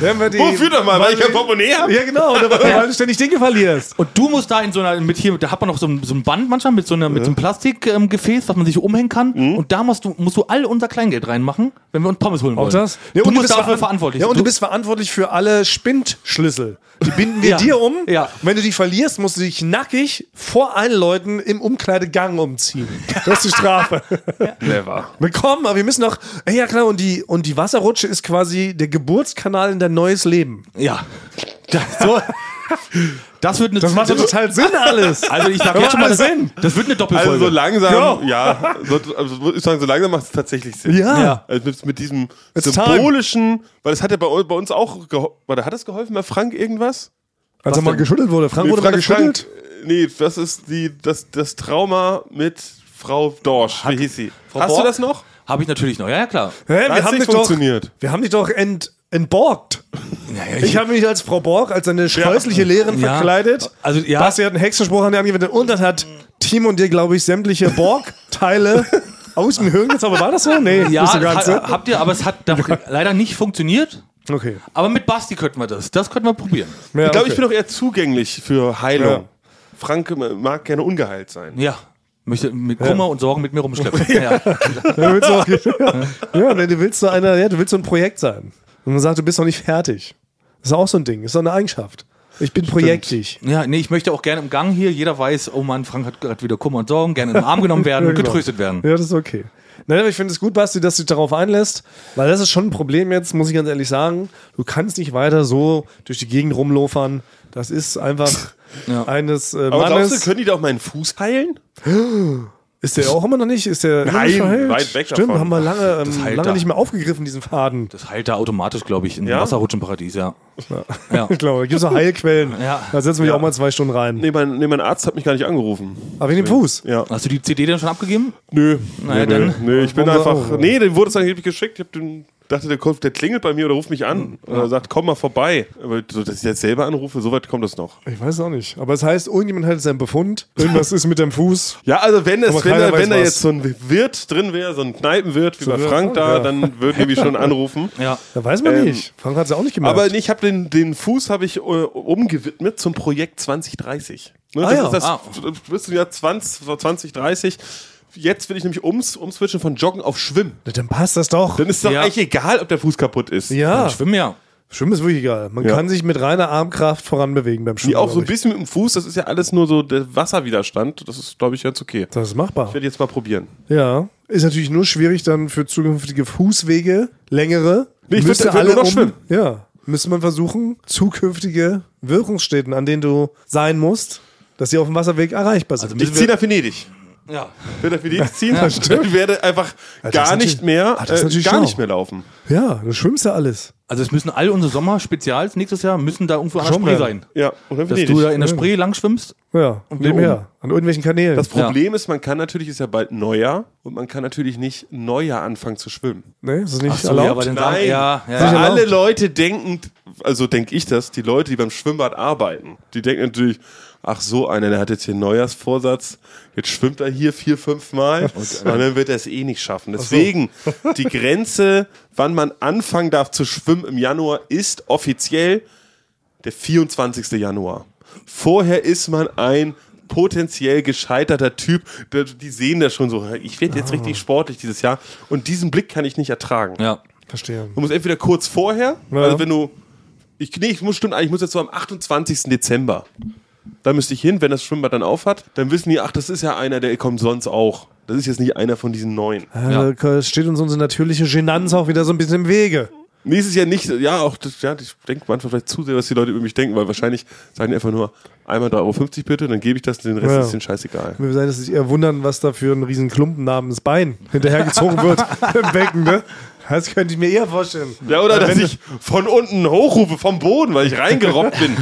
S2: während wir die.
S3: Wofür doch mal, weil ich kein
S2: wir-
S3: Portemonnaie habe?
S2: Ja, genau, oder weil, weil du ständig Dinge verlierst.
S1: Und du musst da in so einer, mit hier, da hat man noch so ein, so ein Band manchmal mit so, einer, mit so einem Plastikgefäß, ähm, Gefäß, was man sich umhängen kann. Und da musst du, musst du all unser Kleingeld reinmachen, wenn wir uns Pommes holen wollen.
S2: Ja,
S1: du
S2: und
S1: musst
S2: bist
S1: dafür
S2: veran-
S1: verantwortlich
S2: Ja, und du,
S1: Du-
S2: bist verantwortlich für alle Spindschlüssel. Die binden wir
S1: Ja.
S2: dir um.
S1: Ja.
S2: Und wenn du die verlierst, musst du dich nackig vor allen Leuten im Umkleidegang umziehen. Das ist die Strafe.
S3: Never.
S2: Willkommen, aber wir müssen noch. Ey, ja klar, und die, und die Wasserrutsche ist quasi der Geburtskanal in dein neues Leben.
S1: ja. Das, so, das wird eine. Das
S2: doch total Sinn alles.
S1: also ich sag
S2: Macht
S1: jetzt schon mal,
S2: alles
S1: das,
S2: Sinn.
S1: das wird eine Doppelfolge.
S3: Also so langsam,
S2: Go.
S3: ja, so, also würde ich sagen, so langsam macht es tatsächlich Sinn.
S2: Ja.
S3: Also mit, mit diesem
S2: It's
S3: symbolischen, weil das hat ja bei, bei uns auch geholfen. Hat das geholfen bei Frank irgendwas?
S2: Als er mal geschüttelt wurde. Frank wurde mal
S3: Frank,
S2: geschüttelt.
S3: Frank, nee, das ist die, das, das Trauma mit Frau Dorsch. Wie hieß sie? Hast
S1: Borg?
S3: du das noch?
S1: Habe ich natürlich noch, ja, ja, klar.
S2: Hä,
S3: Hat's nicht funktioniert.
S2: Doch, wir haben dich doch ent, entborgt.
S1: Naja,
S2: Ich habe mich als Frau Borg, als eine scheußliche Lehrerin
S1: Ja.
S2: verkleidet.
S1: Also, ja.
S2: Basti hat einen Hexenspruch an dir angewendet und dann hat Tim und dir, glaube ich, sämtliche Borg-Teile aus dem Hirn gezaubert. War das so? Nee,
S1: ja,
S2: nicht so
S1: das
S2: ganz.
S1: ha,
S2: ne?
S1: habt ihr, aber es hat da leider nicht funktioniert.
S2: Okay.
S1: Aber mit Basti könnten wir das. Das könnten wir probieren.
S2: Ja,
S3: ich glaube,
S2: okay.
S3: ich bin auch eher zugänglich für Heilung.
S2: Ja.
S3: Frank mag gerne ungeheilt sein.
S1: Ja. Möchte mit Kummer und Sorgen mit mir rumschleppen. Ja.
S2: Ja, willst du auch, ja, wenn du willst so einer, ja, du willst so ein Projekt sein. Und man sagt, du bist noch nicht fertig. Das ist auch so ein Ding, das ist so eine Eigenschaft. Ich bin projektig.
S1: Ja, nee, ich möchte auch gerne im Gang hier. Jeder weiß, oh Mann, Frank hat gerade wieder Kummer und Sorgen, gerne im Arm genommen werden und
S2: genau.
S1: getröstet werden.
S2: Ja, das ist okay. Nein, aber ich finde es gut, Basti, dass du dich darauf einlässt, weil das ist schon ein Problem jetzt, muss ich ganz ehrlich sagen. Du kannst nicht weiter so durch die Gegend rumlofern. Das ist einfach
S1: Ja.
S2: eines äh,
S3: Aber glaubst du,
S2: Mannes.
S3: können die da auch meinen Fuß heilen?
S2: Ist der auch immer noch nicht? Ist der immer noch
S3: Nein,
S2: nicht verheilt?
S3: weit weg
S2: Stimmt,
S3: davon.
S2: haben wir lange,
S1: das
S2: ähm,
S1: heilt
S2: lange
S1: da.
S2: nicht mehr aufgegriffen, diesen Faden.
S1: Das heilt da automatisch, glaube ich, in
S3: Ja?
S1: Wasserrutschenparadies, ja. Ja.
S2: Ich glaube, da gibt es auch Heilquellen.
S1: Ja.
S2: Da setzen wir ja. auch mal zwei Stunden rein.
S3: Nee mein, nee, mein Arzt hat mich gar nicht angerufen.
S2: Aber wegen dem Fuß.
S3: Ja.
S1: Hast du die CD denn schon abgegeben?
S3: Nö.
S1: Naja,
S3: nee,
S1: dann-
S3: nee. nee, ich bin
S2: Warum so-
S3: einfach.
S2: oh.
S3: Nee, den wurde es angeblich geschickt. Ich hab den, dachte, der, kommt, der klingelt bei mir oder ruft mich an. Oder sagt, komm mal vorbei. Aber so, dass ich jetzt selber anrufe, so weit kommt das noch.
S2: Ich weiß auch nicht. Aber es heißt, irgendjemand hat seinen Befund. Irgendwas ist mit dem Fuß.
S3: Ja, also wenn
S2: Aber
S3: es, wenn,
S2: keiner
S3: da-
S2: weiß
S3: wenn da
S2: was.
S3: jetzt so ein Wirt drin wäre, so ein Kneipenwirt wie bei
S2: ein Wirt,
S3: Frank
S2: ne?
S3: da,
S2: ja.
S3: dann würde ich mich schon anrufen.
S1: Ja.
S2: Da weiß man
S3: Ähm,
S2: nicht. Frank hat es auch nicht gemerkt.
S3: Aber nee, ich habe den, den Fuß habe ich äh, umgewidmet zum Projekt 2030. Ne,
S2: Ah
S3: das
S2: ja,
S3: ist das,
S1: ah.
S3: du bist im Jahr 20, so 2030. Jetzt will ich nämlich ums, umswitchen von Joggen auf Schwimmen.
S2: Na, dann passt das doch.
S3: Dann ist es doch
S1: Ja.
S3: eigentlich egal, ob der Fuß kaputt ist.
S2: ja.
S1: Schwimmen ja.
S2: Schwimmen ist wirklich egal. Man
S3: Ja.
S2: kann sich mit reiner Armkraft voranbewegen beim Schwimmen.
S3: Die auch so
S2: glaub
S3: ein
S2: ich.
S3: bisschen mit dem Fuß, das ist ja alles nur so der Wasserwiderstand. Das ist, glaube ich, ganz okay. Ich
S2: Das ist machbar.
S3: werde jetzt mal probieren.
S2: Ja. Ist natürlich nur schwierig dann für zukünftige Fußwege, längere.
S3: Nee, ich
S2: Müsste um-
S3: würd- würd nur noch schwimmen.
S2: Ja. Müsste man versuchen, zukünftige Wirkungsstätten, an denen du sein musst, dass die auf dem Wasserweg erreichbar sind.
S1: Also
S3: Ich
S1: müssen
S3: ziehe
S1: wir,
S3: nach Venedig.
S1: ja.
S3: Ich werde nach Venedig ziehen.
S1: Ja,
S3: ich werde einfach
S2: das ist
S3: gar
S2: natürlich-
S3: nicht mehr,
S2: Ah, das ist
S3: äh,
S2: natürlich
S3: gar
S2: schlau.
S3: nicht mehr laufen.
S2: ja, du schwimmst ja alles.
S1: Also es müssen all unsere Sommerspezials nächstes Jahr müssen da irgendwo an der
S2: Schon
S1: Spree
S2: mal.
S1: sein.
S3: Ja, oder
S1: Dass du da in der Spree lang schwimmst.
S2: Ja, und nebenher. An irgendwelchen Kanälen.
S3: Das Problem ist, man kann natürlich, ist ja bald Neujahr und man kann natürlich nicht Neujahr anfangen zu schwimmen.
S2: nee, ist das nicht
S1: so,
S2: erlaubt?
S1: ja, aber dann- sagen- ja, ja,
S3: Weil
S1: ja.
S3: alle Leute denken, also denke ich das, die Leute, die beim Schwimmbad arbeiten, die denken natürlich, ach so einer, der hat jetzt hier einen Neujahrsvorsatz, jetzt schwimmt er hier vier, fünf Mal und dann wird er es eh nicht schaffen. Deswegen, die Grenze, wann man anfangen darf zu schwimmen im Januar, ist offiziell der 24. Januar. Vorher ist man ein potenziell gescheiterter Typ. Der- Die sehen das schon so. Ich werde
S1: Ah.
S3: jetzt richtig sportlich dieses Jahr. Und diesen Blick kann ich nicht ertragen.
S1: Ja.
S2: Verstehe.
S3: Du musst entweder kurz vorher,
S2: Ja.
S3: also wenn du. Ich, nee, ich muss stimmt, ich muss jetzt so am 28. Dezember. Da müsste ich hin, wenn das Schwimmbad dann auf hat, dann wissen die, ach, das ist ja einer, der kommt sonst auch. Das ist jetzt nicht einer von diesen neun.
S2: Ja. Da steht uns unsere natürliche Genanz auch wieder so ein bisschen im Wege.
S3: Nee, es ist ja nicht, ja, auch, das, ja, ich denke manchmal vielleicht zu sehr, was die Leute über mich denken, weil wahrscheinlich sagen die einfach nur, einmal 3,50 Euro bitte, dann gebe ich das, den Rest
S2: Ja.
S3: ist denen scheißegal.
S2: Mir sein, dass sie sich eher wundern, was da für ein riesen Klumpen namens Bein hinterhergezogen wird im Becken, ne? Das könnte ich mir eher vorstellen.
S3: Ja, oder dass ich von unten hochrufe, vom Boden, weil ich reingerobbt bin.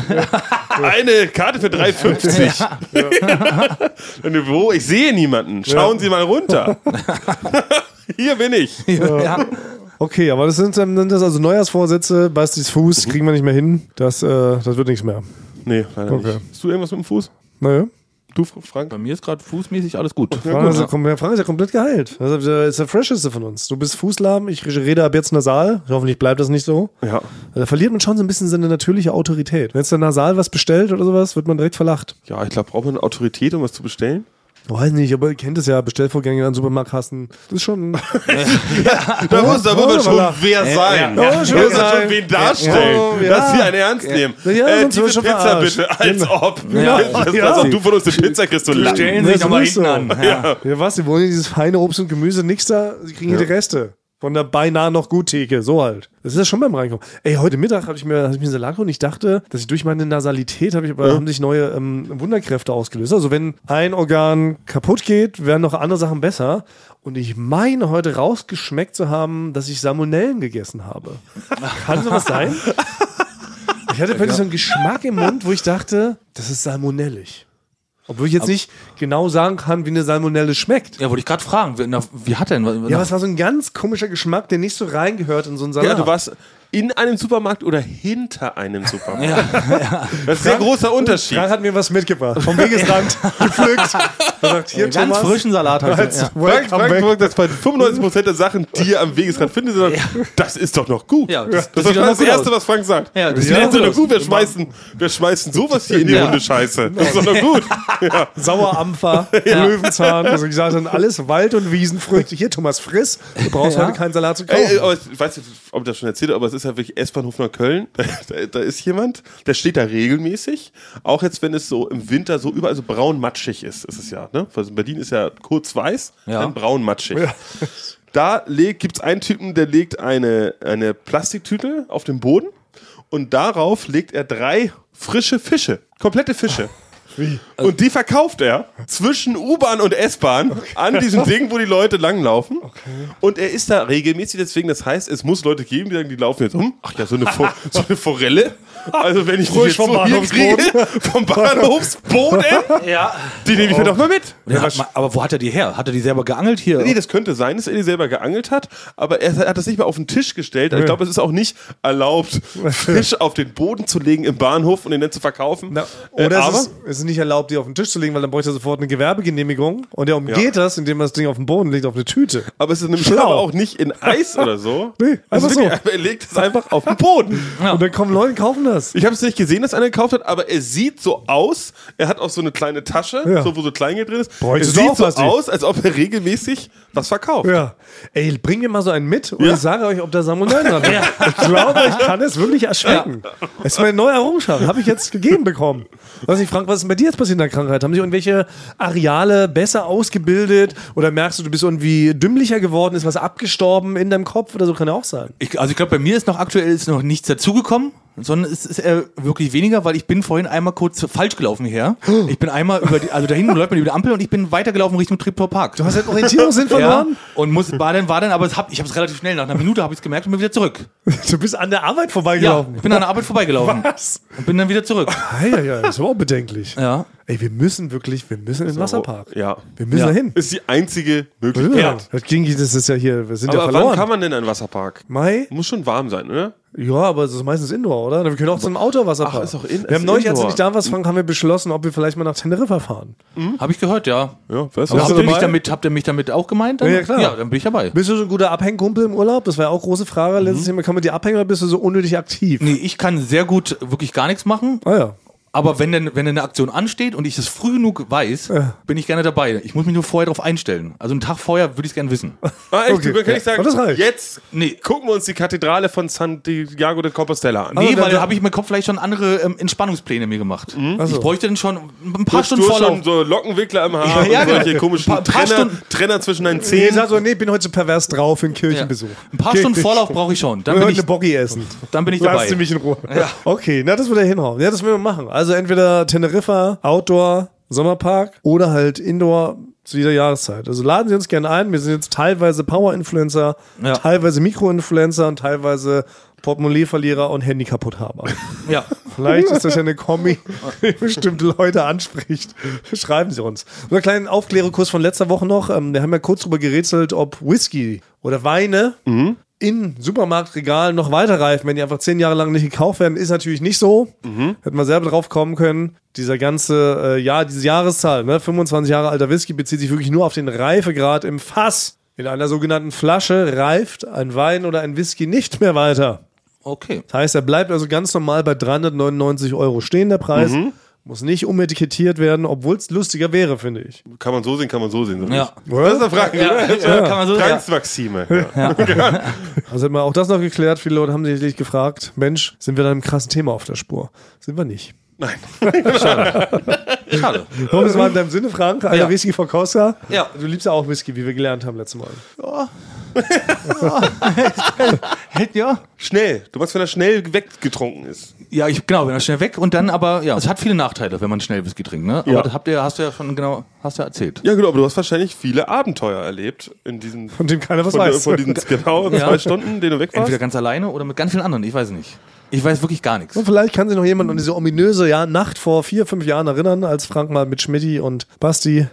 S3: Eine Karte für 3,50. Und du, Wo? Ich sehe niemanden. Schauen Sie mal runter. Hier bin ich.
S1: ja.
S2: Okay, aber das sind, dann sind das also Neujahrsvorsätze, Bastis Fuß, kriegen wir nicht mehr hin. Das, äh, das wird nichts mehr.
S3: Nee, leider
S2: Okay.
S3: nicht. Hast du irgendwas mit dem Fuß?
S2: Naja.
S3: Du, Frank?
S1: Bei mir ist gerade fußmäßig alles gut.
S2: Frank, ist ja. kom- Herr Frank ist ja komplett geheilt. Das ist der- ist der fresheste von uns. Du bist fußlahm, ich rede ab jetzt nasal. Hoffentlich bleibt das nicht so.
S3: Ja.
S2: Da verliert man schon so ein bisschen seine natürliche Autorität. Wenn jetzt der Nasal was bestellt oder sowas, wird man direkt verlacht.
S3: Ja, ich glaube, braucht man eine Autorität, um was zu bestellen?
S2: Weiß nicht, aber ihr kennt es ja, Bestellvorgänge an Supermarktkassen. Das ist schon.
S3: Da muss da
S2: muss man schon
S3: wer
S1: sein.
S2: ja. Da muss man schon
S3: wen darstellen,
S2: Ja.
S3: dass
S2: Ja.
S3: sie einen ernst nehmen.
S2: Ja, ja, sonst
S3: diese
S2: wird schon
S3: Pizza
S2: verarscht. Genau.
S3: bitte, als ob.
S1: Ja.
S3: Das ist,
S2: Ja.
S3: als ob du von uns eine Pizza kriegst und
S1: Stellen
S2: Das
S1: Sie sich nochmal
S2: ist
S1: hinten
S2: so.
S1: an. Ja.
S2: Ja, was? Sie wollen hier dieses feine Obst und Gemüse, nix da. Sie kriegen hier die Reste. Von der beinahe noch gut Theke, so halt. Das ist ja schon beim Reinkommen. Ey, heute Mittag habe ich mir hab ich mir einen Salat geholt und ich dachte, dass ich durch meine Nasalität habe ich, aber haben sich neue ähm, Wunderkräfte ausgelöst. Also wenn ein Organ kaputt geht, werden noch andere Sachen besser. Und ich meine heute rausgeschmeckt zu haben, dass ich Salmonellen gegessen habe. Kann sowas sein? Ich hatte plötzlich so einen Geschmack im Mund, wo ich dachte, das ist salmonellig. Obwohl ich jetzt nicht genau sagen kann, wie eine Salmonelle schmeckt.
S1: Ja, wollte ich gerade fragen. Wie, na, wie hat denn?
S2: Ja, aber es war so ein ganz komischer Geschmack, der nicht so reingehört in so einen Salat.
S3: genau. Ja, du warst, in einem Supermarkt oder hinter einem Supermarkt. Das ist ein sehr großer Unterschied.
S2: Frank hat mir was mitgebracht. Vom Wegesrand gepflückt. Er sagt, hier,
S1: Ganz
S2: Thomas.
S1: frischen Salat heute.
S2: Als
S1: Ja.
S3: Frank,
S2: Welcome
S3: Frank
S2: back.
S3: sagt, dass bei 95% der Sachen, die ihr am Wegesrand findet, sagt, das ist doch noch gut.
S1: Ja,
S3: das,
S1: das- das
S3: war
S1: sieht doch noch
S3: das
S1: gut
S3: Erste,
S1: aus.
S3: was Frank sagt.
S1: Ja, das
S3: das
S1: sieht
S3: ist
S1: doch
S3: doch
S1: gut
S3: noch
S1: aus.
S3: gut. Wir schmeißen, wir schmeißen sowas hier in die
S1: Ja.
S3: Runde Scheiße. Das ist doch noch gut. Ja.
S2: Sauerampfer, Löwenzahn. Also ich sage dann alles Wald- und Wiesenfrüchte. Hier, Thomas, friss. Du brauchst heute keinen Salat zu kaufen.
S3: Ey, oh, ey, aber ich weiß nicht, ob ich das schon erzählt habe, aber es ist ja wirklich S-Bahnhof nach Köln. Da, da, da ist jemand, der steht da regelmäßig. Auch jetzt, wenn es so im Winter so überall so braun-matschig ist, ist es ja. Ne? Also in Berlin ist ja kurz weiß,
S1: Ja.
S3: dann braun-matschig. Da gibt es einen Typen, der legt eine, eine Plastiktüte auf den Boden und darauf legt er drei frische Fische, komplette Fische.
S2: Also
S3: Und die verkauft er zwischen U-Bahn und S-Bahn an diesem Ding, wo die Leute langlaufen. Und er ist da regelmäßig, deswegen, das heißt, es muss Leute geben, die sagen, die laufen jetzt um. Ach ja, so eine, For so eine Forelle. Also wenn ich die
S2: Frisch
S3: jetzt
S2: vom
S3: so hier kriege, vom Bahnhofsboden, die nehme ich
S2: Oh.
S3: mir doch mal mit.
S1: Ja, ma- aber wo hat er die her? Hat er die selber geangelt hier?
S3: Nee, das könnte sein, dass er die selber geangelt hat, aber er hat das nicht mal auf den Tisch gestellt. Also ich glaube, es ist auch nicht erlaubt, Fisch auf den Boden zu legen im Bahnhof und den dann zu verkaufen.
S2: Na,
S3: Äh,
S2: oder
S3: aber
S2: es, ist, es ist nicht erlaubt, die auf den Tisch zu legen, weil dann bräuchte er sofort eine Gewerbegenehmigung. Und er umgeht das, indem er das Ding auf den Boden legt, auf eine Tüte.
S3: Aber es ist nämlich
S2: Schlau.
S3: aber auch nicht in Eis oder so.
S2: Nee,
S3: also
S2: einfach
S3: wirklich, Er legt es einfach auf den Boden.
S2: Und dann kommen Leute und kaufen das.
S3: Ich habe es nicht gesehen, dass einer gekauft hat, aber er sieht so aus. Er hat auch so eine kleine Tasche,
S2: Ja.
S3: so, wo so Kleingeld drin ist.
S2: Bräuchtest
S3: es
S2: du
S3: sieht
S2: auch
S3: so
S2: was, die-
S3: aus, als ob er regelmäßig was verkauft.
S2: Ja. Ey, bring mir mal so einen mit und
S3: Ja.
S2: ich sage euch, ob da Salmonellen dran ist. Ich glaube, ich kann es wirklich erschrecken. Das ist meine neue Errungenschaft. Habe ich jetzt gegeben bekommen. Weiß nicht, Frank, was ist denn bei dir jetzt passiert in der Krankheit? Haben sich irgendwelche Areale besser ausgebildet? Oder merkst du, du bist irgendwie dümmlicher geworden? Ist was abgestorben in deinem Kopf? Oder so kann ja auch sein.
S1: Ich, also ich glaube, bei mir ist noch aktuell ist noch nichts dazugekommen, sondern es ist eher wirklich weniger, weil ich bin vorhin einmal kurz falsch gelaufen her. Ich bin einmal über die, also da hinten läuft man über die Ampel und ich bin weitergelaufen Richtung Treptower Park.
S2: Du hast den Orientierungssinn
S1: ja,
S2: verloren?
S1: und muss, war dann, war dann, aber es hab, ich habe es relativ schnell, nach einer Minute habe ich es gemerkt und bin wieder zurück.
S2: Du bist an der Arbeit
S1: Ja,
S2: vorbeigelaufen.
S1: ich bin an der Arbeit vorbeigelaufen
S2: Was?
S1: und bin dann wieder zurück.
S2: Ja, ja, ja, das war auch bedenklich.
S1: Ja.
S2: Ey, wir müssen wirklich, wir müssen in den Wasserpark.
S3: Ja.
S2: Wir müssen
S1: Ja.
S2: da hin.
S3: Ist die einzige
S2: Ja.
S3: Möglichkeit.
S2: Das ging, das ist ja hier, wir sind ja
S3: Aber wann
S2: verloren.
S3: kann man denn in einen Wasserpark?
S2: Mai?
S3: Muss schon warm sein, oder?
S2: Ja, aber es ist meistens Indoor, oder? Wir können auch zum Outdoor-Wasserpark.
S3: Ach, ist auch in-
S2: wir
S3: ist
S2: haben neulich, als du
S3: Indoor.
S2: nicht da warst, Frank, haben wir beschlossen, ob wir vielleicht mal nach Teneriffa fahren.
S1: Habe ich gehört, ja.
S3: Ja, weißt
S1: Aber habt, ihr mich
S2: dabei?
S1: damit, habt ihr mich damit auch gemeint? Dann?
S2: Ja, ja, klar.
S1: ja, dann bin ich dabei. Mhm.
S2: Bist du so ein guter Abhängkumpel im Urlaub? Das war ja auch große Frage. Letztes Jahr kann man dir abhängen oder bist du so unnötig aktiv?
S1: Nee, ich kann sehr gut wirklich gar nichts machen.
S2: Ah ja.
S1: Aber wenn denn, wenn denn eine Aktion ansteht und ich es früh genug weiß, bin ich gerne dabei. Ich muss mich nur vorher darauf einstellen. Also einen Tag vorher würde ich es gerne wissen.
S3: Ah, echt?
S2: Okay.
S3: Dann kann ich
S2: Ja.
S3: sagen,
S2: Und das reicht.
S3: jetzt
S1: Nee.
S3: gucken wir uns die Kathedrale von Santiago de Compostela an.
S1: Nee,
S2: dann-
S1: weil da habe ich mir Kopf vielleicht schon andere ähm, Entspannungspläne mir gemacht.
S2: so.
S1: Ich bräuchte dann schon ein paar
S3: Du hast
S1: Stunden Vorlauf.
S3: schon so Lockenwickler im Haar
S1: Ja, ja,
S3: und
S1: genau.
S3: solche komischen
S1: Paar- paar
S3: Trenner,
S1: Stunden-
S3: Trenner zwischen deinen
S2: Nee,
S3: Zehen.
S2: sag so, nee, ich bin heute zu pervers drauf für einen
S1: Ja.
S2: Kirchenbesuch.
S1: Ein paar Stunden Vorlauf brauche ich schon. Dann
S2: Wir
S1: bin
S2: heute
S1: ich,
S2: eine Boggy essen.
S1: dann bin ich
S2: Lass
S1: dabei.
S2: sie mich in Ruhe. Okay, na, das wird er hinhauen. Ja, das werden wir machen. Also entweder Teneriffa, Outdoor, Sommerpark oder halt Indoor zu jeder Jahreszeit. Also laden Sie uns gerne ein. Wir sind jetzt teilweise Power-Influencer,
S1: Ja.
S2: teilweise Mikro-Influencer und teilweise Portemonnaie-Verlierer und Handy-Kaputthaber.
S1: Ja.
S2: Vielleicht ist das ja eine Kombi, die bestimmte Leute anspricht. Schreiben Sie uns. Unser kleinen Aufklärerkurs von letzter Woche noch. Ähm, Wir haben ja kurz drüber gerätselt, ob Whisky oder Weine in Supermarktregalen noch weiterreifen, wenn die einfach zehn Jahre lang nicht gekauft werden. Ist natürlich nicht so. Hätten wir selber drauf kommen können. Dieser ganze, äh, ja, diese Jahreszahl, ne? 25 Jahre alter Whisky bezieht sich wirklich nur auf den Reifegrad im Fass. In einer sogenannten Flasche reift ein Wein oder ein Whisky nicht mehr weiter.
S1: Okay.
S2: Das heißt, er bleibt also ganz normal bei 399 Euro stehen, der Preis.
S1: Mhm.
S2: Muss nicht umetikettiert werden, obwohl es lustiger wäre, finde ich.
S3: Kann man so sehen, kann man so sehen. so
S1: Ja.
S3: nicht. Das ist eine Frage.
S1: Ja,
S3: oder?
S1: ja, kann man so ja.
S3: Transmaxime.
S2: Also hätten wir auch das noch geklärt. Viele Leute haben sich natürlich gefragt, Mensch, sind wir da einem krassen Thema auf der Spur? Sind wir nicht.
S1: Schade.
S2: Ich hoffe, es war in deinem Sinne, Frank. Alter
S1: Ja.
S2: Whisky von Koska.
S1: Ja.
S2: Du liebst ja auch Whisky, wie wir gelernt haben letztes Mal.
S1: Ja.
S3: Schnell. Du machst, wenn er schnell weggetrunken ist.
S1: Ja, ich, genau, wenn er schnell weg und dann aber, ja, es hat viele Nachteile, wenn man schnell Whisky trinkt, ne? Aber
S3: Ja.
S1: das habt ihr, hast du ja schon genau, hast du ja erzählt.
S3: Ja, genau, aber du hast wahrscheinlich viele Abenteuer erlebt in diesen.
S2: Von dem keiner was
S3: von,
S2: weiß.
S3: Von diesen genau
S1: Ja.
S3: zwei Stunden, denen du weg warst.
S1: Entweder ganz alleine oder mit ganz vielen anderen, ich weiß nicht. Ich weiß wirklich gar nichts.
S2: Und vielleicht kann sich noch jemand an diese ominöse ja, Nacht vor vier, fünf Jahren erinnern, als Frank mal mit Schmidti und Basti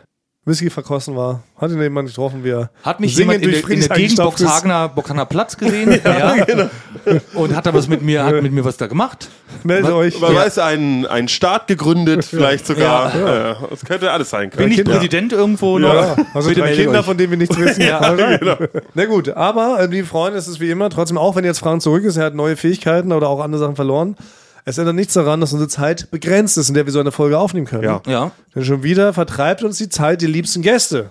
S2: Whisky verkosten war. Hat ihn jemand getroffen, wie er
S1: Hat mich
S2: singend
S1: jemand in,
S2: durch
S1: der- in der
S2: Friedrichshain
S1: Gegend
S2: gestapft ist.
S1: Boxhagener, Boxhagener Platz gesehen ja,
S2: genau.
S1: und hat da was mit mir, hat mit mir was da gemacht.
S2: Meldet euch.
S3: Man weiß, einen, einen Staat gegründet, vielleicht sogar. Ja. Das könnte alles sein können.
S1: Bin ich
S2: Kinder.
S1: Präsident irgendwo
S2: Ja,
S1: noch?
S2: also
S1: Bitte
S2: drei
S1: meldet
S2: Kinder,
S1: euch.
S2: von denen wir nichts wissen.
S1: Ja. genau.
S2: Alright. Na gut, aber, äh, liebe Freunde, es ist wie immer, trotzdem, auch wenn jetzt Frank zurück ist, er hat neue Fähigkeiten oder auch andere Sachen verloren, es ändert nichts daran, dass unsere Zeit begrenzt ist, in der wir so eine Folge aufnehmen können.
S3: Ja.
S1: Ja.
S2: Denn schon wieder vertreibt uns die Zeit die liebsten Gäste.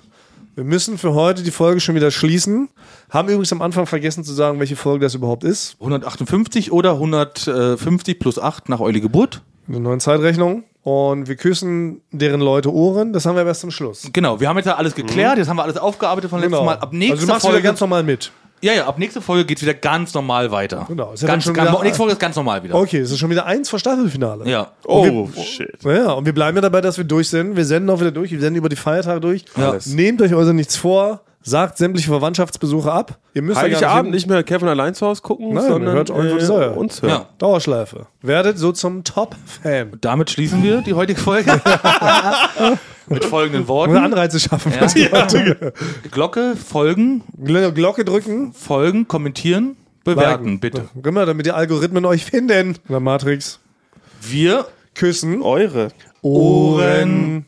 S2: Wir müssen für heute die Folge schon wieder schließen. Haben übrigens am Anfang vergessen zu sagen, welche Folge das überhaupt ist.
S1: 158 oder 150 plus 8 nach Eule Geburt.
S2: Eine neue Zeitrechnung. Und wir küssen deren Leute Ohren. Das haben wir aber erst zum Schluss.
S1: Genau, wir haben jetzt ja alles geklärt, jetzt haben wir alles aufgearbeitet von letztem Mal. Ab
S2: Mhm. also du
S1: nächster
S2: machst wieder
S1: Folge
S2: ganz normal mit.
S1: Ja, ja, ab nächste Folge geht's wieder ganz normal weiter.
S2: Genau, ist ja dann
S1: Ganz,
S2: schon
S1: ganz,
S2: wieder-
S1: nächste Folge ist ganz normal wieder.
S2: Okay, es ist schon wieder eins vor Staffelfinale.
S1: Ja.
S3: Oh, shit.
S2: Ja, und wir bleiben ja dabei, dass wir durch sind. Wir senden auch wieder durch. Wir senden über die Feiertage durch.
S1: Ja.
S2: Alles. Nehmt euch also nichts vor. Sagt sämtliche Verwandtschaftsbesuche ab. Ihr müsst ja gar
S3: Heiligabend
S2: nicht
S3: Abend
S2: hin.
S3: nicht mehr Kevin allein zu Hause gucken,
S2: Nein,
S3: sondern äh,
S2: hört Eure Säue.
S3: uns hören.
S1: Ja.
S2: Dauerschleife. Werdet so zum Top-Fan.
S1: Damit schließen wir die heutige Folge. Mit folgenden
S2: Oder
S1: Worten.
S2: Anreize schaffen.
S1: Hm. Ja. Glocke, folgen,
S2: Gl- Glocke drücken.
S1: folgen, kommentieren, bewerten, bitte.
S2: Immer, damit die Algorithmen euch finden. Oder Matrix.
S1: Wir
S2: Küssen.
S3: Eure.
S1: Ohren.